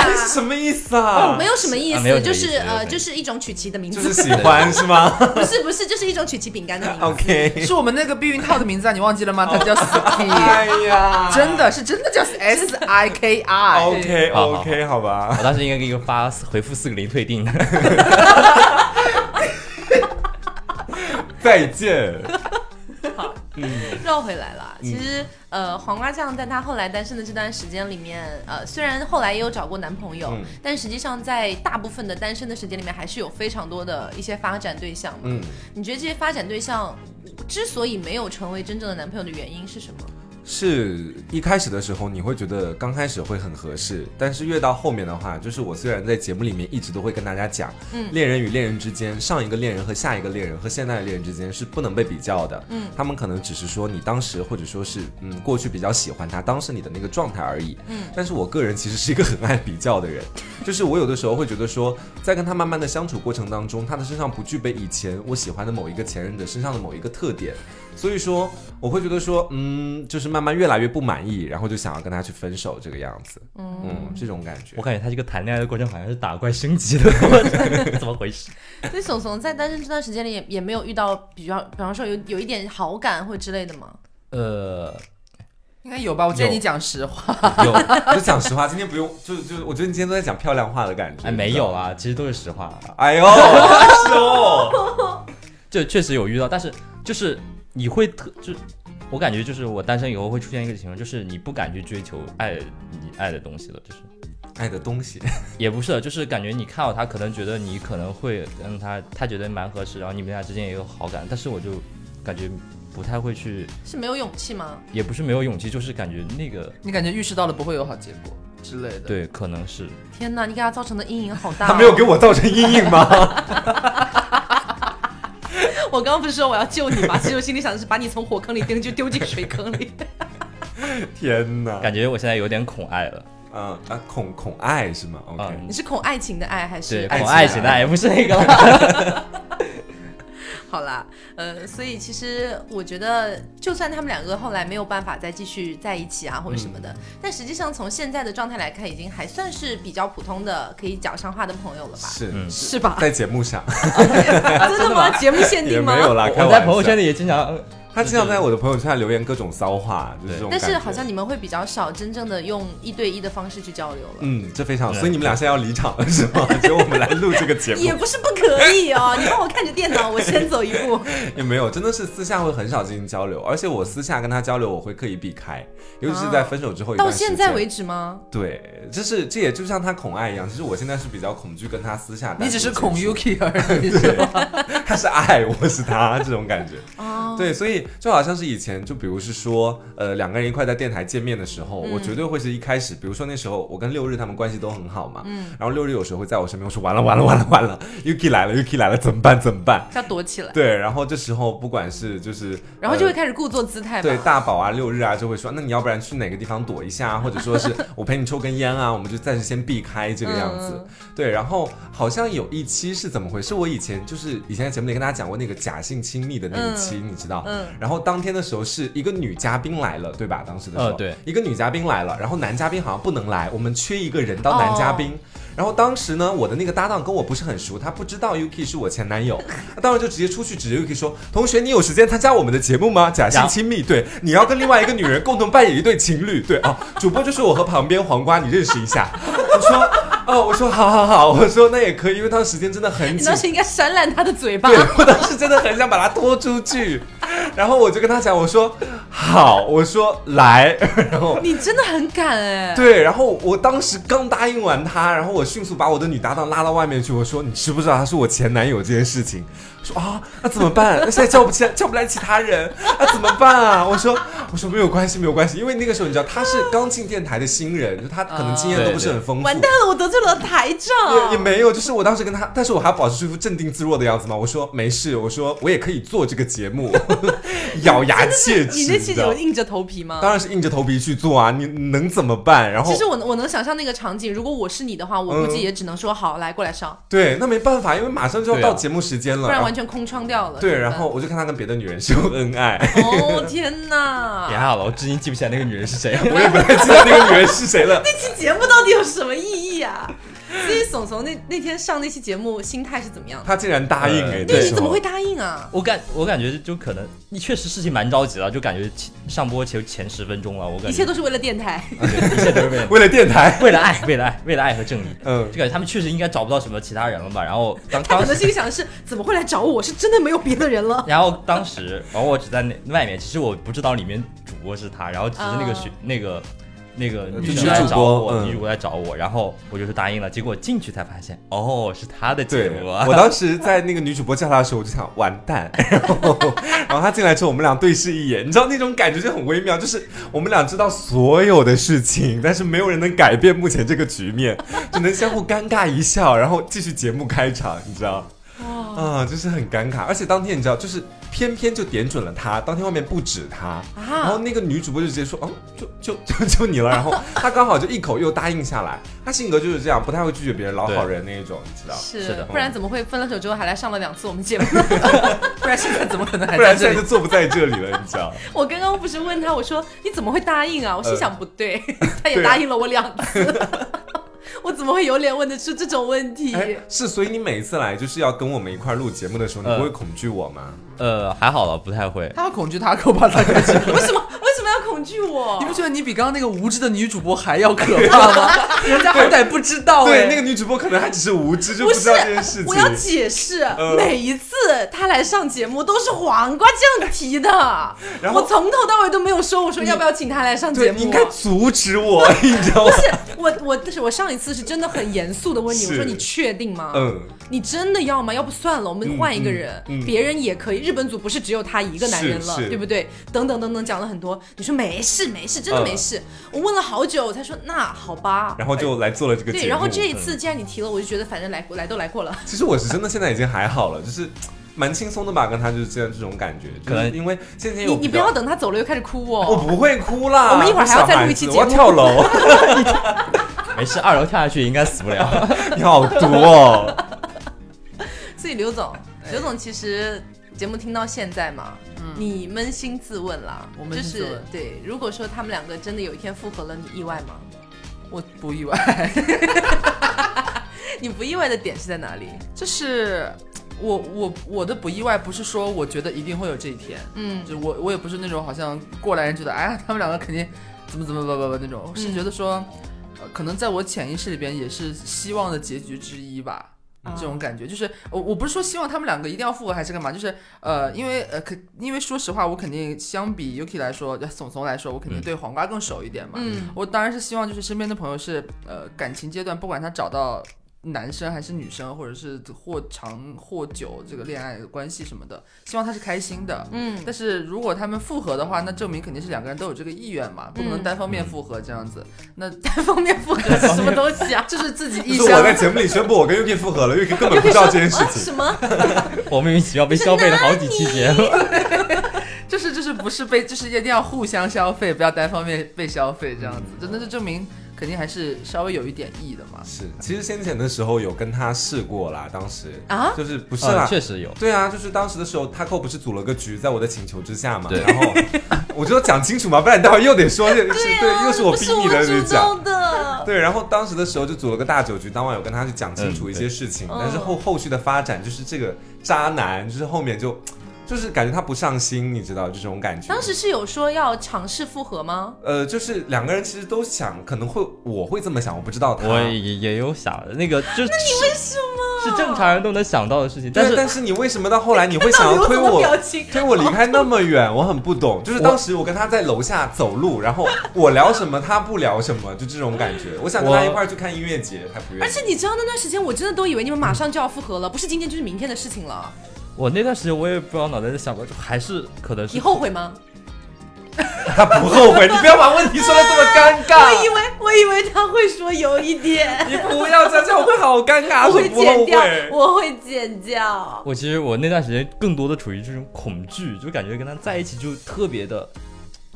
这是什么意思啊哦没？有什么意 啊没有思，什么就意思是没有什么呃，意思就是一种曲奇的名就字，是喜欢是 吗不是不是，就是一种曲奇饼干的名字。 ？OK，是我们那个避孕套的名字啊，你忘记了吗？它 叫 ski，哎呀真的是真的叫 S I K I。 ，OK 好好好 OK，好吧。我当时应该给你发回复四个零 退订。再见，绕回来嗯了。其实，呃，黄瓜酱在她后来单身的这段时间里面，呃，虽然后来也有找过男朋友，嗯但实际上在大部分的单身的时间里面，还是有非常多的一些发展对象嘛。嗯，你觉得这些发展对象之所以没有成为真正的男朋友的原因是什么？是一开始的时候，你会觉得刚开始会很合适，但是越到后面的话，就是我虽然在节目里面一直都会跟大家讲，嗯恋人与恋人之间，上一个恋人和下一个恋人和现在的恋人之间是不能被比较的，嗯，他们可能只是说你当时或者说是嗯过去比较喜欢他，当时你的那个状态而已，嗯，但是我个人其实是一个很爱比较的人，就是我有的时候会觉得说，在跟他慢慢的相处过程当中，他的身上不具备以前我喜欢的某一个前任的身上的某一个特点，所以说我会觉得说，嗯，就是慢慢。慢慢越来越不满意，然后就想要跟他去分手这个样子，嗯，这种感觉我。感觉他这个谈恋爱的过程好像是打怪升 级的过程，怎么回事？所以怂怂在单身这段时间里也也没有遇到比较，比方说有有一点好感或之类的吗？呃，应该有吧？我建议你有讲实话，有，就讲实话，今天不用，就是就是，我觉得你今天都在讲漂亮话的感觉。哎，没有啊，其实都是实话，哎呦，是哦，这确实有遇到，但是就是你会特就。我感觉就是我单身以后会出现一个情况，就是你不敢去追求爱你爱的东西了，就是爱的东 西，也不是，就是感觉你看到他，可能觉得你可能会跟他，他觉得蛮合适，然后你们俩之间也有好感，但是我就感觉不太会去，是没有勇气吗？也不是没有勇气，就是感觉那个你感觉预示到了不会有好结果之类的。，对，可能是天哪，你给他造成的阴影好大、哦。他没有给，我造成阴影 吗？我刚刚不是说我要救你吗？其实我心里想的是把你从火坑里丢就丢进水坑里。天哪，感觉我现在有点恐爱了，嗯啊，恐恐爱是吗？OK，、嗯你是恐爱情的爱还是对，爱恐情的啊爱情的爱不是那个了，好啦，呃，所以其实我觉得，就算他们两个后来没有办法再继续在一起啊，或者什么的，嗯但实际上从现在的状态来看，已经还算是比较普通的可以讲上话的朋友了吧？是、啊嗯 是吧？在节目上真的吗？节目限也定吗没？有啦，开我玩在朋友笑圈里也经常，他经常在我的朋友圈留言各种骚话，就是这种但感觉。是好像你们会比较少真正的用一对一的方式去交流了。嗯，这非常，对所以你们俩现在要离场了是吗？ 只有我们来录这个节目也不是不可以 哦，你帮我看着电脑，我先走一步。也 没有，真的是私下会很少进行交流，而且我私下跟他交流，我会刻意避开，尤其是在分手之后一段哦到时间现在为止吗？对，就是这也就像他恐爱一样，其实我现在是比较恐惧跟他私下单独你只是恐接触 Yuki 而 已，是吧？他是爱，我是他这种感觉。哦，对，所以就好像是以前，就比如是说，呃，两个人一块在电台见面的时嗯候，我绝对会是一开始，比如说那时候我跟六日他们关系都很好嘛，嗯然后六日有时候会在我身边，我说完了完了完了完了，Yuki 来了 Yuki 来了，怎么办怎么办？要躲起来，对，然后这时候不管是就是，然后就会呃开始故作姿态吧。对大宝啊、六日啊，就会说，那你要不然去哪个地方躲一下啊，或者说是我陪你抽根烟啊，我们就暂时先避开这个样子。嗯对，然后好像有一期是怎么回事？我以前就是以前在节目里跟大家讲过那个假性亲密的那一期，你知道？嗯然后当天的时候是一个女嘉宾来了，对吧？当时的时候，呃对，一个女嘉宾来了，然后男嘉宾好像不能来，我们缺一个人哦当男嘉宾。然后当时呢，我的那个搭档跟我不是很熟，他不知道 Yuki 是我前男友，他当时就直接出去指着 Yuki 说：“同学，你有时间参加我们的节目吗？假性亲密，对，你要跟另外一个女人共同扮演一对情侣，对哦，主播就是我和旁边黄瓜，你认识一下。”我说：“哦，我说好好好，我说那也可以，因为当时时间真的很你紧当，时应该扇烂他的嘴巴 对。我当时真的很想把他拖出去，然后我就跟他讲，我说好，我说来，然后你真的很敢哎、 对，然后我当时刚答应完他，然后我迅速把我的女搭档拉到外面去，我说你知不知道他是我前男友这件事情？说啊，那怎么办？那现在叫不起来，叫不来其他人，那、怎么办啊？我说我说没有关系，没有关系，因为那个时候你知道他是刚进电台的新人，就他可能经验都不是很丰富。完蛋了，我得罪了台也长。也没有，就是我当时跟他，但是我还保持出一副镇定自若的样子嘛。我说没事，我说我也可以做这个节 目，咬牙切齿。你那期知道有硬着头皮吗？当然是硬着头皮去做啊，你能怎么办？然后其实我能我能想象那个场景，如果我是你的话，我估计也只能说好，来过来上，对，那没办法，因为马上就要对啊到节目时间不了。然然后完全空窗掉了。对，怎么然办后我就看他跟别的女人秀恩爱，哦天也哪，还好了，我至今记不起来那个女人是谁。 我也不太记得那个女人是谁了。这期节目到底有什么意义啊？ 所以怂怂那那天上那期节目心态是怎么样的？他竟然答应哎，呃那对，时你候怎么会答应啊？ 我感我感觉就可能，你确实事情蛮着急的，就感觉前上播前前十分钟了，我感觉一切都是为了电台， 对一切都是为了为了电台？为了爱，为了爱，为了爱和正义。嗯就感觉他们确实应该找不到什么其他人了吧？然后当他当可能时，心里想的是怎么会来找我？是真的没有别的人了。然后当时，然后我只在那外面，其实我不知道里面主播是他，然后只是那个学、那个那个女呃就生女来主找播我，嗯女主播来找我，然后我就是答应了，结果进去才发现，哦，是他的节对 目，啊我。当时在那个女主播叫他的时候，我就想完蛋， 然后然后他进来之后，我们俩对视一眼，你知道那种感觉就很微妙，就是我们俩知道所有的事情，但是没有人能改变目前这个局面，只能相互尴尬一笑，然后继续节目开场，你知道？啊，就是很尴尬，而且当天你知道，就是偏偏就点准了他，当天外面不止他，啊然后哦那个女主播就直接说，哦，就就就就你了，然后他刚好就一口又答应下来，他性格就是这样，不太会拒绝别人，老好人那一种，你知道。是的不然怎么会分了手之后还来上了两次我们节目？不然现在怎么可能哎还不然在现在这里就？坐不在这里了，你知 道？我刚刚不是问他，我说你怎么会答应啊？我心呃想 不对，他啊也答应了我两次， 我怎么会有脸问得出这种问题？哎，是，所以你每次来就是要跟我们一块儿录节目的时候，你嗯呃不会恐惧我吗？呃，还好了，不太会。他要恐惧他可怕，他可 怕。为什么为什么要恐惧我你？不觉得你比刚刚那个无知的女主播还要可怕 吗？人家好歹不知道对，哎、那个女主播可能她只是无知，就哦不知道这件事是，情。我要解释，呃每一次他来上节目都是黄瓜这样提的， 然后我从头到尾都没有说我说要不要请他来上节对，目。啊你应该阻止我， 你知道吗？我我但是我上一次是真的很严肃的问你，是我说你确定吗？嗯，你真的要吗？要不算了，我们换一个人，嗯嗯别人也可以。日本组不是只有他一个男人了是是，对不对？等等等等，讲了很多。你说没事没事，真的没事。我问了好久，我才说那好嗯吧。然后就来做了这个节目。嗯对，然后这一次既然你提了，我就觉得反正来过来都来过了。其实我是真的现在已经还好了，就是蛮轻松的吧，跟他就是这样这种感觉。可可能能因为现在有你你比不较要等他走了又开始哭我哦。不会哭啦。我们一会儿还要再小孩录一子期我节要目跳楼， 没事，二楼跳下去应该死不了。你好毒哦。所以刘总，刘总其实节目听到现在嘛，嗯你扪心自问啦，我扪就心自问是对，如果说他们两个真的有一天复合了，你意外吗？我不意外，你不意外的点是在哪里？就是我我我的不意外不是说我觉得一定会有这一天，嗯就我我也不是那种好像过来人觉得哎呀他们两个肯定怎么怎么怎么怎么那种，嗯是觉得说、呃可能在我潜意识里边也是希望的结局之一吧。嗯这种感觉就是我我不是说希望他们两个一定要复合还是干嘛，就是呃，因为呃，可因为说实话，我肯定相比 Yuki 来说，呃怂怂来说，我肯定对黄瓜更熟一点嘛。嗯我当然是希望就是身边的朋友是呃感情阶段，不管他找到男生还是女生，或者是或长或久这个恋爱关系什么的，希望他是开心的。嗯但是如果他们复合的话，那证明肯定是两个人都有这个意愿嘛，不可能嗯单方面复合这样子。那单方面复合是什么东西啊？就是自 己就一是我在厢，节目里宣布我跟 Yuki 复合了，Yuki 根本不知道这件事啊情。什么？我莫名其妙被消费了好几期节目。就是就是不是被，就是一定要互相消费，不要单方面被消费这样子，真的是证明肯定还是稍微有一点意义的嘛。是，其实先前的时候有跟他试过啦，当时啊就是不是嗯啦，确实有。对啊，就是当时的时候，Taco 不是组了个局，在我的请求之下嘛，对然 后我就讲清楚嘛，不然你待会儿又得说，对对，啊又是我逼啊是你我的，你主讲。动的。对，然后当时的时候就组了个大酒局，当晚有跟他去讲清楚一些事情，嗯对但是后后续的发展就是这个渣男，就是后面就就是感觉他不上心，你知道这种感觉。当时是有说要尝试复合吗？呃，就是两个人其实都想，可能会我会这么想，我不知道他。我也也有想那个，就是那你为什么是正常人都能想到的事情？但对，是但是你为什么到后 来你会想要推看到刘我总的表情推我离开那么远？我很不懂。就是当时我跟他在楼下走路，然后我聊什么他不聊什么，就这种感觉。我想跟他我一块儿去看音乐节，他不愿意。而且你知道那段时间，我真的都以为你们马上就要复合了，不是今天就是明天的事情了。我那段时间我也不知道脑袋在想什么，还是可能你是后悔吗？他不后悔，你不要把问题说的这么尴我以尬，为我以为他会说有一点，你不要这样，这样我会好尴尬。我我会不啊后剪掉，悔。我会剪掉。我其实我那段时间更多的处于这种恐惧，就感觉跟他在一起就特别的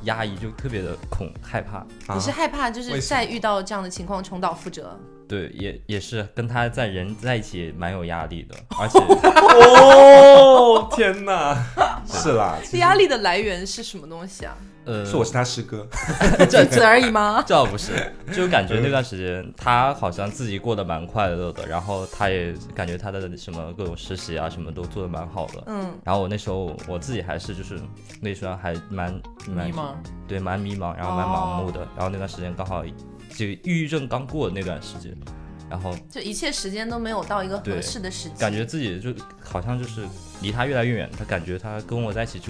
压抑，就特别的恐害怕。啊你是害怕就为是什么再遇到这样的情况重蹈覆辙？对，也也是跟他在人在一起也蛮有压力的，而且哦，天哪， 是啦，其实压力的来源是什么东西 啊？呃，是我是他师哥，仅此而已吗？这倒不是，就感觉那段时间他好像自己过得蛮快乐的，然后他也感觉他的什么各种实习啊什么都做得蛮好的。嗯，然后我那时候我自己还是就是那时候还蛮蛮迷茫，对，蛮迷茫，然后蛮盲目哦的。然后那段时间刚好就抑郁症刚过的那段时间，然后就一切时间都没有到一个合对适的时机，感觉自己就好像就是离他越来越远，他感觉他跟我在一起就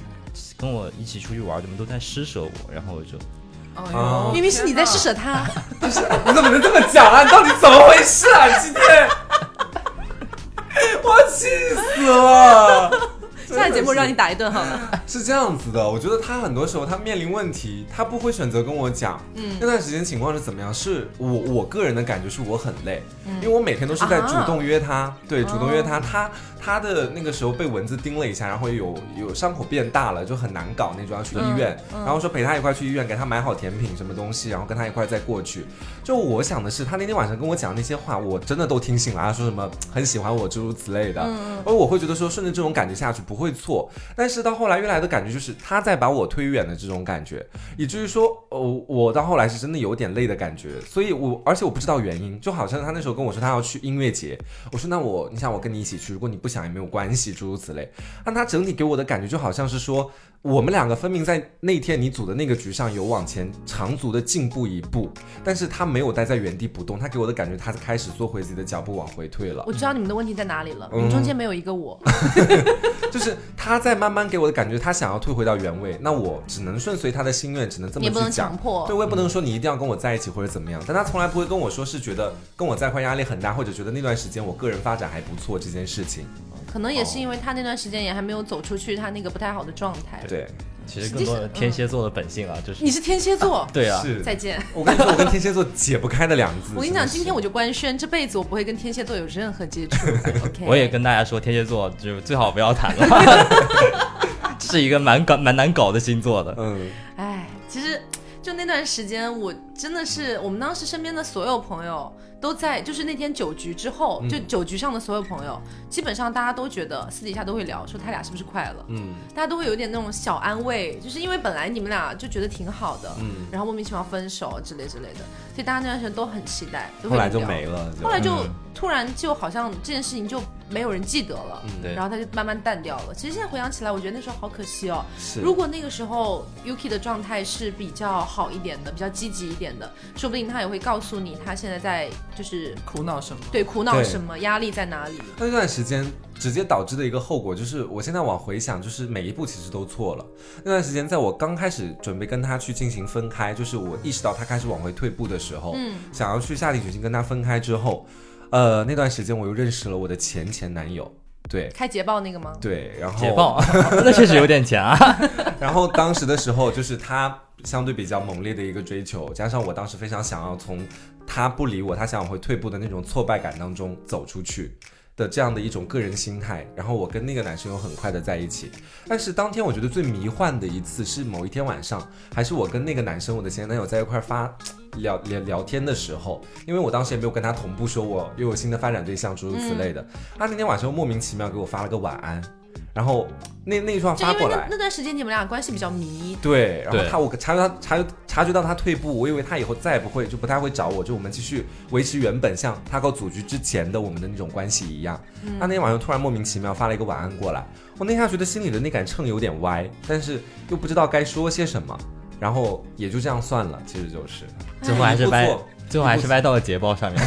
跟我一起出去玩，怎么都在施舍我，然后我就哎啊呦，哦明明是你在施舍他。你怎么能这么讲啊？你到底怎么回事 啊？今天我气死了。下节目让你打一顿好了。是这样子的，我觉得他很多时候他面临问题，他不会选择跟我讲。嗯，那段时间情况是怎么样？是我我个人的感觉是我很累，因为我每天都是在主动约他，对，主动约他，他他的那个时候被蚊子叮了一下，然后有有伤口变大了，就很难搞那种，要去医院，然后说陪他一块去医院，给他买好甜品什么东西，然后跟他一块再过去。就我想的是，他那天晚上跟我讲那些话，我真的都听醒了，他说什么很喜欢我诸如此类的，而我会觉得说顺着这种感觉下去不会错，但是到后来越来的感觉就是他在把我推远的这种感觉，以至于说，呃，我到后来是真的有点累的感觉，所以我而且我不知道原因，就好像他那时候跟我说他要去音乐节，我说那我你想我跟你一起去，如果你不想也没有关系，诸如此类，但他整体给我的感觉就好像是说。我们两个分明在那天你组的那个局上有往前长足的进步一步，但是他没有待在原地不动，他给我的感觉他开始缩回自己的脚步往回退了。我知道你们的问题在哪里了，嗯你们中间没有一个我。就是他在慢慢给我的感觉，他想要退回到原位，那我只能顺随他的心愿，只能这么也不去能讲强。迫对，我也不能说你一定要跟我在一起或者怎么样，但他从来不会跟我说是觉得跟我在一块压力很大，或者觉得那段时间我个人发展还不错这件事情。可能也是因为他那段时间也还没有走出去他那个不太好的状态。对，其实更多的天蝎座的本性啊，就 是嗯你是天蝎座，对啊，是。再见。我跟你说，我跟天蝎座解不开的两个字。我跟你讲，真的是今天我就官宣，这辈子我不会跟天蝎座有任何接触。OK， 我也跟大家说，天蝎座就最好不要谈了， 是一个蛮搞蛮难搞的星座的。嗯，哎，其实就那段时间，我真的是我们当时身边的所有朋友都在，就是那天酒局之后，就酒局上的所有朋友，基本上大家都觉得私底下都会聊，说他俩是不是快乐，嗯，大家都会有点那种小安慰，就是因为本来你们俩就觉得挺好的，嗯然后莫名其妙分手之类之类的，所以大家那段时间都很期待，都会后来就聊没了。后来就嗯突然就好像这件事情就没有人记得嗯了，对然后他就慢慢淡掉了。其实现在回想起来，我觉得那时候好可惜哦。是如果那个时候 Yuki 的状态是比较好一点的，比较积极一点的，说不定他也会告诉你他现在在就是苦恼什么？对苦恼对什么，压力在哪里。那段时间直接导致的一个后果就是，我现在往回想，就是每一步其实都错了。那段时间，在我刚开始准备跟他去进行分开，就是我意识到他开始往回退步的时候，嗯，想要去下定决心跟他分开之后，呃，那段时间我又认识了我的前前男友，对开捷豹那个吗？对，然后解放， 那确实有点钱啊。然后当时的时候，就是他相对比较猛烈的一个追求，加上我当时非常想要从他不理我，他想往回退步的那种挫败感当中走出去。的这样的一种个人心态，然后我跟那个男生又很快的在一起，但是当天我觉得最迷幻的一次是某一天晚上，还是我跟那个男生，我的前男友在一块儿发聊聊聊天的时候，因为我当时也没有跟他同步说我又有新的发展对象诸如此类的，他那天晚上又莫名其妙给我发了个晚安，然后那那一串就发因为过来那，那段时间你们俩关系比较迷，对，然后对他我察觉到察察觉到他退步，我以为他以后再也不会就不太会找我，就我们继续维持原本像他搞组局之前的我们的那种关系一样。他那天晚上突然莫名其妙发了一个晚安过来，我那下觉得心里的那杆秤有点歪，但是又不知道该说些什么，然后也就这样算了，其实就是哎最后还是不歪错，最后还是歪到了捷豹上面。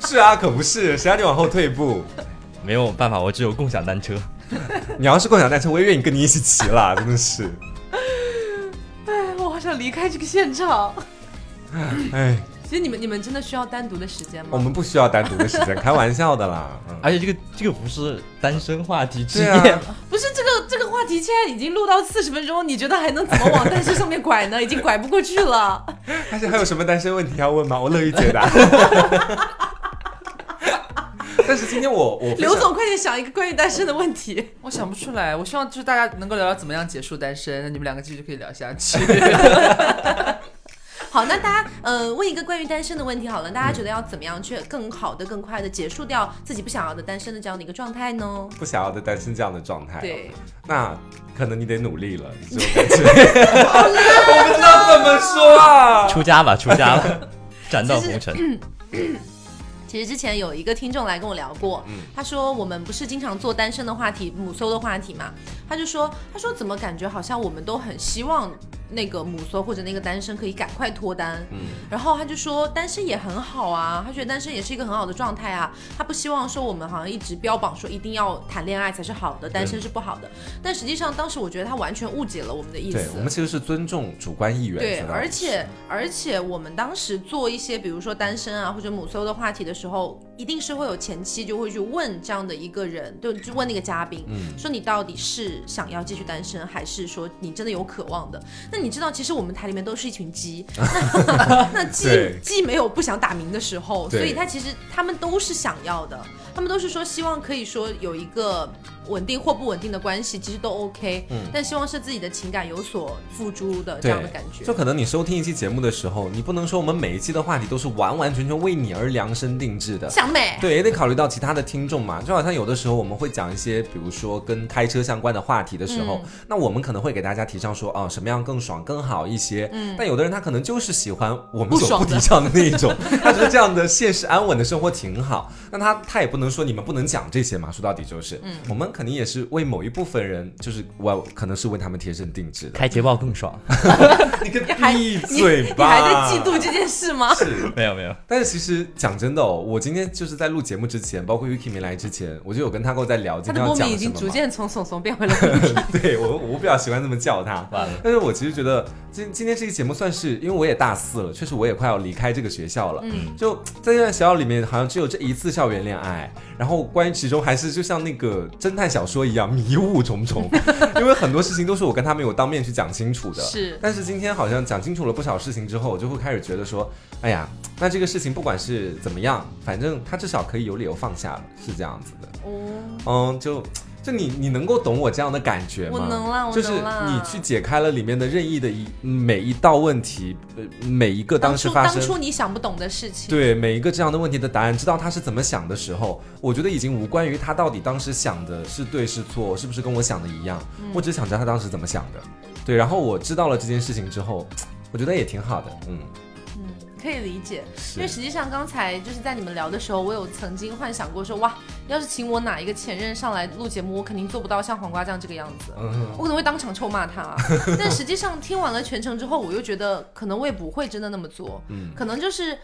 是啊，可不是，谁让你往后退步？ 没有办法，我只有共享单车。你要是共享单车，我也愿意跟你一起骑了，真的是，哎， 我好想离开这个现场。 哎，其实你们你们真的需要单独的时间吗？我们不需要单独的时间，开玩笑的啦， 嗯。而且这个这个不是单身话题之对夜，啊，不是这个这个话题，现在已经录到四十分钟，你觉得还能怎么往单身上面拐呢？已经拐不过去了。而且还有什么单身问题要问吗？我乐于解答。 但是今天我我非常刘总，快点想一个关于单身的问题。 我想不出来。我希望就是大家能够聊聊怎么样结束单身，那你们两个继续可以聊下 去。好，那大家呃问一个关于单身的问题好了，大家觉得要怎么样去更好的、更快的结束掉自己不想要的单身的这样的一个状态呢？不想要的单身这样的状态，哦对，那可能你得努力了，这种感 觉。我不知道怎么说啊。出家吧，出 家吧，斩断红尘。 其实之前有一个听众来跟我聊过，嗯他说我们不是经常做单身的话题、母搜的话题嘛，他就说，他说怎么感觉好像我们都很希望那个母搜或者那个单身可以赶快脱单。嗯，然后他就说单身也很好啊，他觉得单身也是一个很好的状态啊，他不希望说我们好像一直标榜说一定要谈恋爱才是好的，单身是不好的。但实际上当时我觉得他完全误解了我们的意思对，。我们其实是尊重主观意愿，对，知道吗而且而且我们当时做一些比如说单身啊或者母搜的话题的时候，一定是会有前期就会去问这样的一个人，就就问那个嘉宾，嗯说你到底是想要继续单身，还是说你真的有渴望的？那你知道，其实我们台里面都是一群 鸡，那那鸡对鸡没有不想打鸣的时候，所对以他其实他们都是想要的，他们都是说希望可以说有一个稳定或不稳定的关系，其实都 OK，、但嗯希望是自己的情感有所付诸的这对样的感觉。就可能你收听一期节目的时候，你不能说我们每一期的话题都是完完全全为你而量身定制的，想美， 对，也得考虑到其他的听众嘛。就好像有的时候我们会讲一些，比如说跟开车相关的话题的时嗯候，那我们可能会给大家提倡说，哦、什么样更爽、更好一些。嗯，但有的人他可能就是喜欢我们不所爽不的提倡的那一种，他觉得这样的现实安稳的生活挺好。那他他也不能说你们不能讲这些嘛，说到底就是，嗯我们肯定也是为某一部分人，就是我可能是为他们贴身定制的。开捷豹更爽，你个还闭嘴你吧！还在嫉妒这件事吗？是。 没有没有，但是其实讲真的哦，我今天就是在录节目之前，包括 Yuki 没来之前，我就有跟他哥在聊他今的天要波讲米已经什逐么嘛。渐从怂怂变回了波米 对我，我比较喜欢这么叫他。完了，但是我其实觉得今今天这期节目算是，因为我也大四了，确实我也快要离开这个学校了。嗯，就在这段学校里面，好像只有这一次校园恋爱，然后关于其中还是就像那个侦探小说一样迷雾重 重，因为很多事情都是我跟他没有当面去讲清楚的。是但是今天好像讲清楚了不少事情之后，我就会开始觉得说，哎呀，那这个事情不管是怎么样，反正他至少可以有理由放下了，是这样子的。哦，嗯，就就你你能够懂我这样的感觉吗？我能啊啦我就是能啦你去解开了里面的任意的一每一道问题，呃每一个当时初发当生。初你想不懂的事情，对每一个这样的问题的答案，知道他是怎么想的时候，我觉得已经无关于他到底当时想的是对是错，是不是跟我想的一样。嗯我只想着他当时怎么想的。对，然后我知道了这件事情之后，我觉得也挺好的。嗯，嗯，可以理解。因为是实际上刚才就是在你们聊的时候，我有曾经幻想过说，哇，要是请我哪一个前任上来录节目，我肯定做不到像黄瓜酱这个样子。嗯，我可能会当场臭骂 他，啊但实际上听完了全程之后，我又觉得可能我也不会真的那么做，嗯可能就是。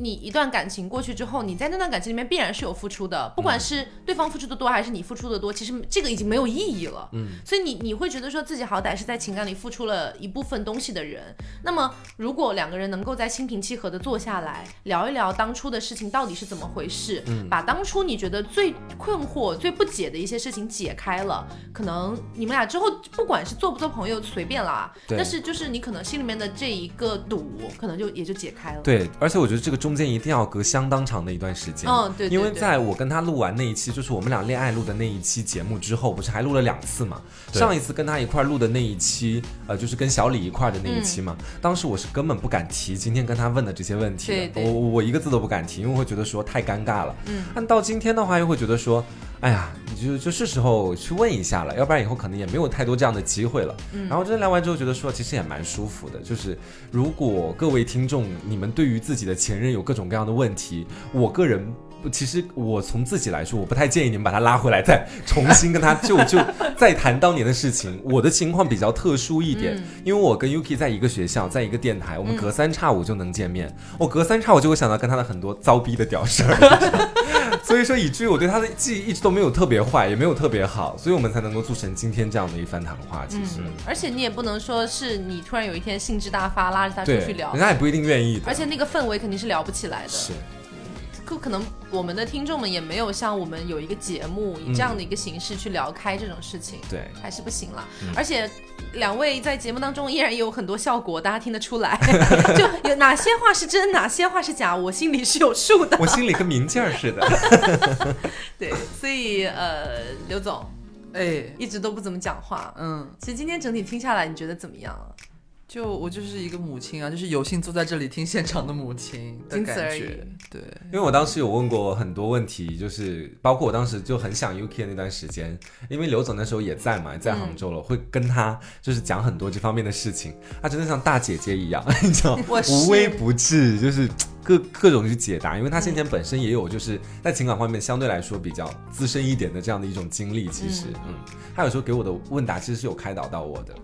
你一段感情过去之后，你在那段感情里面必然是有付出的，不管是对方付出的多还是你付出的多，其实这个已经没有意义了。嗯，所以你你会觉得说自己好歹是在情感里付出了一部分东西的人，那么如果两个人能够在心平气和的坐下来聊一聊当初的事情到底是怎么回事，把当初你觉得最困惑、最不解的一些事情解开了，可能你们俩之后不管是做不做朋友随便啦，对但是就是你可能心里面的这一个堵，可能就也就解开了。对，而且我觉得这个中间一定要隔相当长的一段时间。嗯对对因为对在我跟他录完那一期，就是我们俩恋爱录的那一期节目之后，不是还录了两次嘛？对上一次跟他一块儿录的那一期，呃，就是跟小李一块儿的那一嗯期嘛，当时我是根本不敢提今天跟他问的这些问题的，对对我我我一个字都不敢提，因为我会觉得说太尴尬了。嗯，但到今天的话，又会觉得说。哎呀，你就就是时候去问一下了，要不然以后可能也没有太多这样的机会了。嗯然后真的聊完之后，觉得说其实也蛮舒服的。就是如果各位听众你们对于自己的前任有各种各样的问题，我个人。其实我从自己来说，我不太建议你们把他拉回来，再重新跟他就 就再谈当年的事情。我的情况比较特殊一嗯点，因为我跟 Yuki 在一个学校，在一个电台，我们隔三差五就能见面。嗯我隔三差五就会想到跟他的很多糟逼的屌事儿。 所以说，以至于我对他的记忆一直都没有特别坏，也没有特别好，所以我们才能够促成今天这样的一番谈话。其实，嗯而且你也不能说是你突然有一天兴致大发拉着他出对，去聊人，家也不一定愿意的。而且那个氛围肯定是聊不起来的。是，可可能我们的听众们也没有像我们有一个节目以这样的一个形式去聊开这种事情，对，还是不行啦。嗯而且两位在节目当中依然也有很多效果，大家听得 出来，就有哪些话是真，哪些话是假，我心里是有数的。 我心里跟明镜儿似的。对，所以呃，刘总哎，一直都不怎么讲话。嗯，其实今天整体听下来，你觉得怎么样啊？就我就是一个母亲啊，就是有幸坐在这里听现场的母亲的仅此感而觉已。对，因为我当时有问过很多问题，就是包括我当时就很想 UK 那段时间，因为刘总那时候也在嘛，也在嗯杭州了，会跟他就是讲很多这方面的事情。他真的像大姐姐一样， 你知道，我是无微不至，就是各各种去解答。因为他先前本身也有就是在情感方面相对来说比较资深一点的嗯这样的一种经历，其实，嗯，他有时候给我的问答其实是有开导到我的。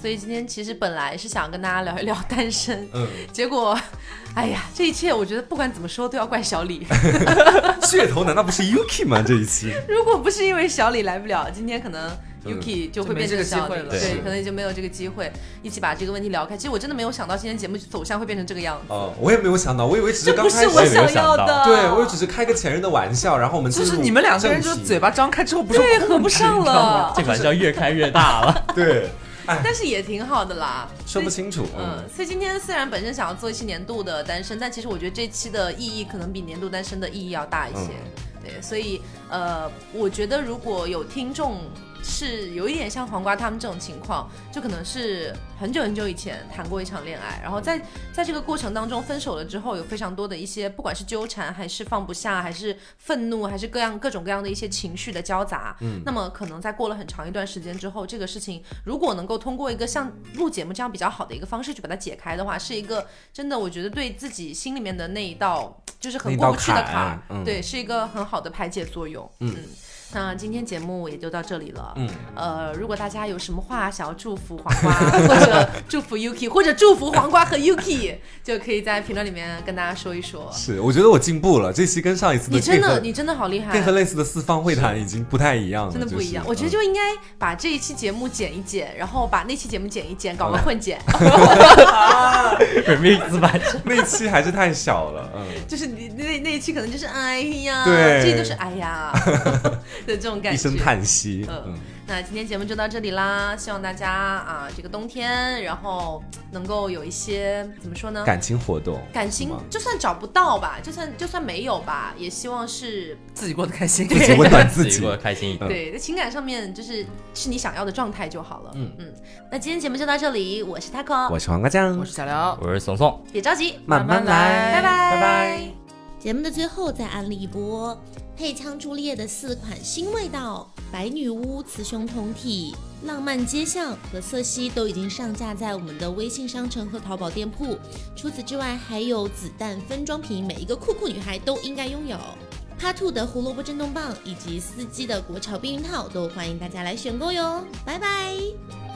所以今天其实本来是想跟大家聊一聊单身，嗯，结果，哎呀，这一切我觉得不管怎么说都要怪小李。嗯噱头难道不是 Yuki 吗？这一期，如果不是因为小李来不了，今天可能嗯 Yuki 就会就没变成这个小机会李，了对是，可能就没有这个机会一起把这个问题聊开。其实我真的没有想到今天节目走向会变成这个样子，哦，我也没有想到，我以为只是这刚不开是始，我想要我也没有想的。到对我也只是开个前任的玩笑，然后我们就是进入你们两个人就正是题嘴巴张开之后不是对，合不上了啊这，玩笑越开越大 了。对，但是也挺好的啦。说不清楚，嗯嗯，，所以今天虽然本身想要做一期年度的单身，但其实我觉得这期的意义可能比年度单身的意义要大一些。对，所以呃，我觉得如果有听众是有一点像黄瓜他们这种情况，就可能是很久很久以前谈过一场恋爱，然后在在这个过程当中分手了之后，有非常多的一些不管是纠缠，还是放不下，还是愤怒，还是各样各种各样的一些情绪的交杂。嗯，那么可能在过了很长一段时间之后，这个事情如果能够通过一个像录节目这样比较好的一个方式去把它解开的话，是一个真的，我觉得对自己心里面的那一道就是很那过道不去的坎坎儿，嗯对，是一个很好的排解作用。嗯。那今天节目也就到这里了。嗯，呃，如果大家有什么话想要祝福黄瓜， 或者祝福 Yuki，或者祝福黄瓜和 Yuki，就可以在评论里面跟大家说一说。是，我觉得我进步了，这期跟上一次你真配合的，你真的好厉害啊配，合类似的四方会谈已经不太一样了，真的不一就样。是我觉得就应该把这一期节目剪一剪，然后把那期节目剪一剪，搞个混剪， remix 版嗯那期还是太小了，嗯，就是你那那一期可能就是哎呀，对这就是哎呀的这种感觉。一声叹息，嗯嗯，，那今天节目就到这里啦，希望大家啊，这个冬天，然后能够有一些怎么说呢？感情活 动，感情是吗就算找不到吧，就算就算没有吧，也希望是自己过得开心。自己温暖自自己己过，得开心嗯一点。对在情感上面就是是你想要的状态就好了。嗯嗯，那今天节目就到这里，我是 taco，我是黄瓜酱我，是小廖，我是怂怂。别着急，慢慢来，拜拜拜拜。节目的最后再安利一波配枪朱丽叶的四款新味道：白女巫、雌雄同体、浪漫街巷和瑟西都已经上架在我们的微信商城和淘宝店铺。除此之外，还有子弹分装瓶，每一个酷酷女孩都应该拥有。哈兔的胡萝卜震动棒以及司机的国潮避孕套都欢迎大家来选购哟，拜拜。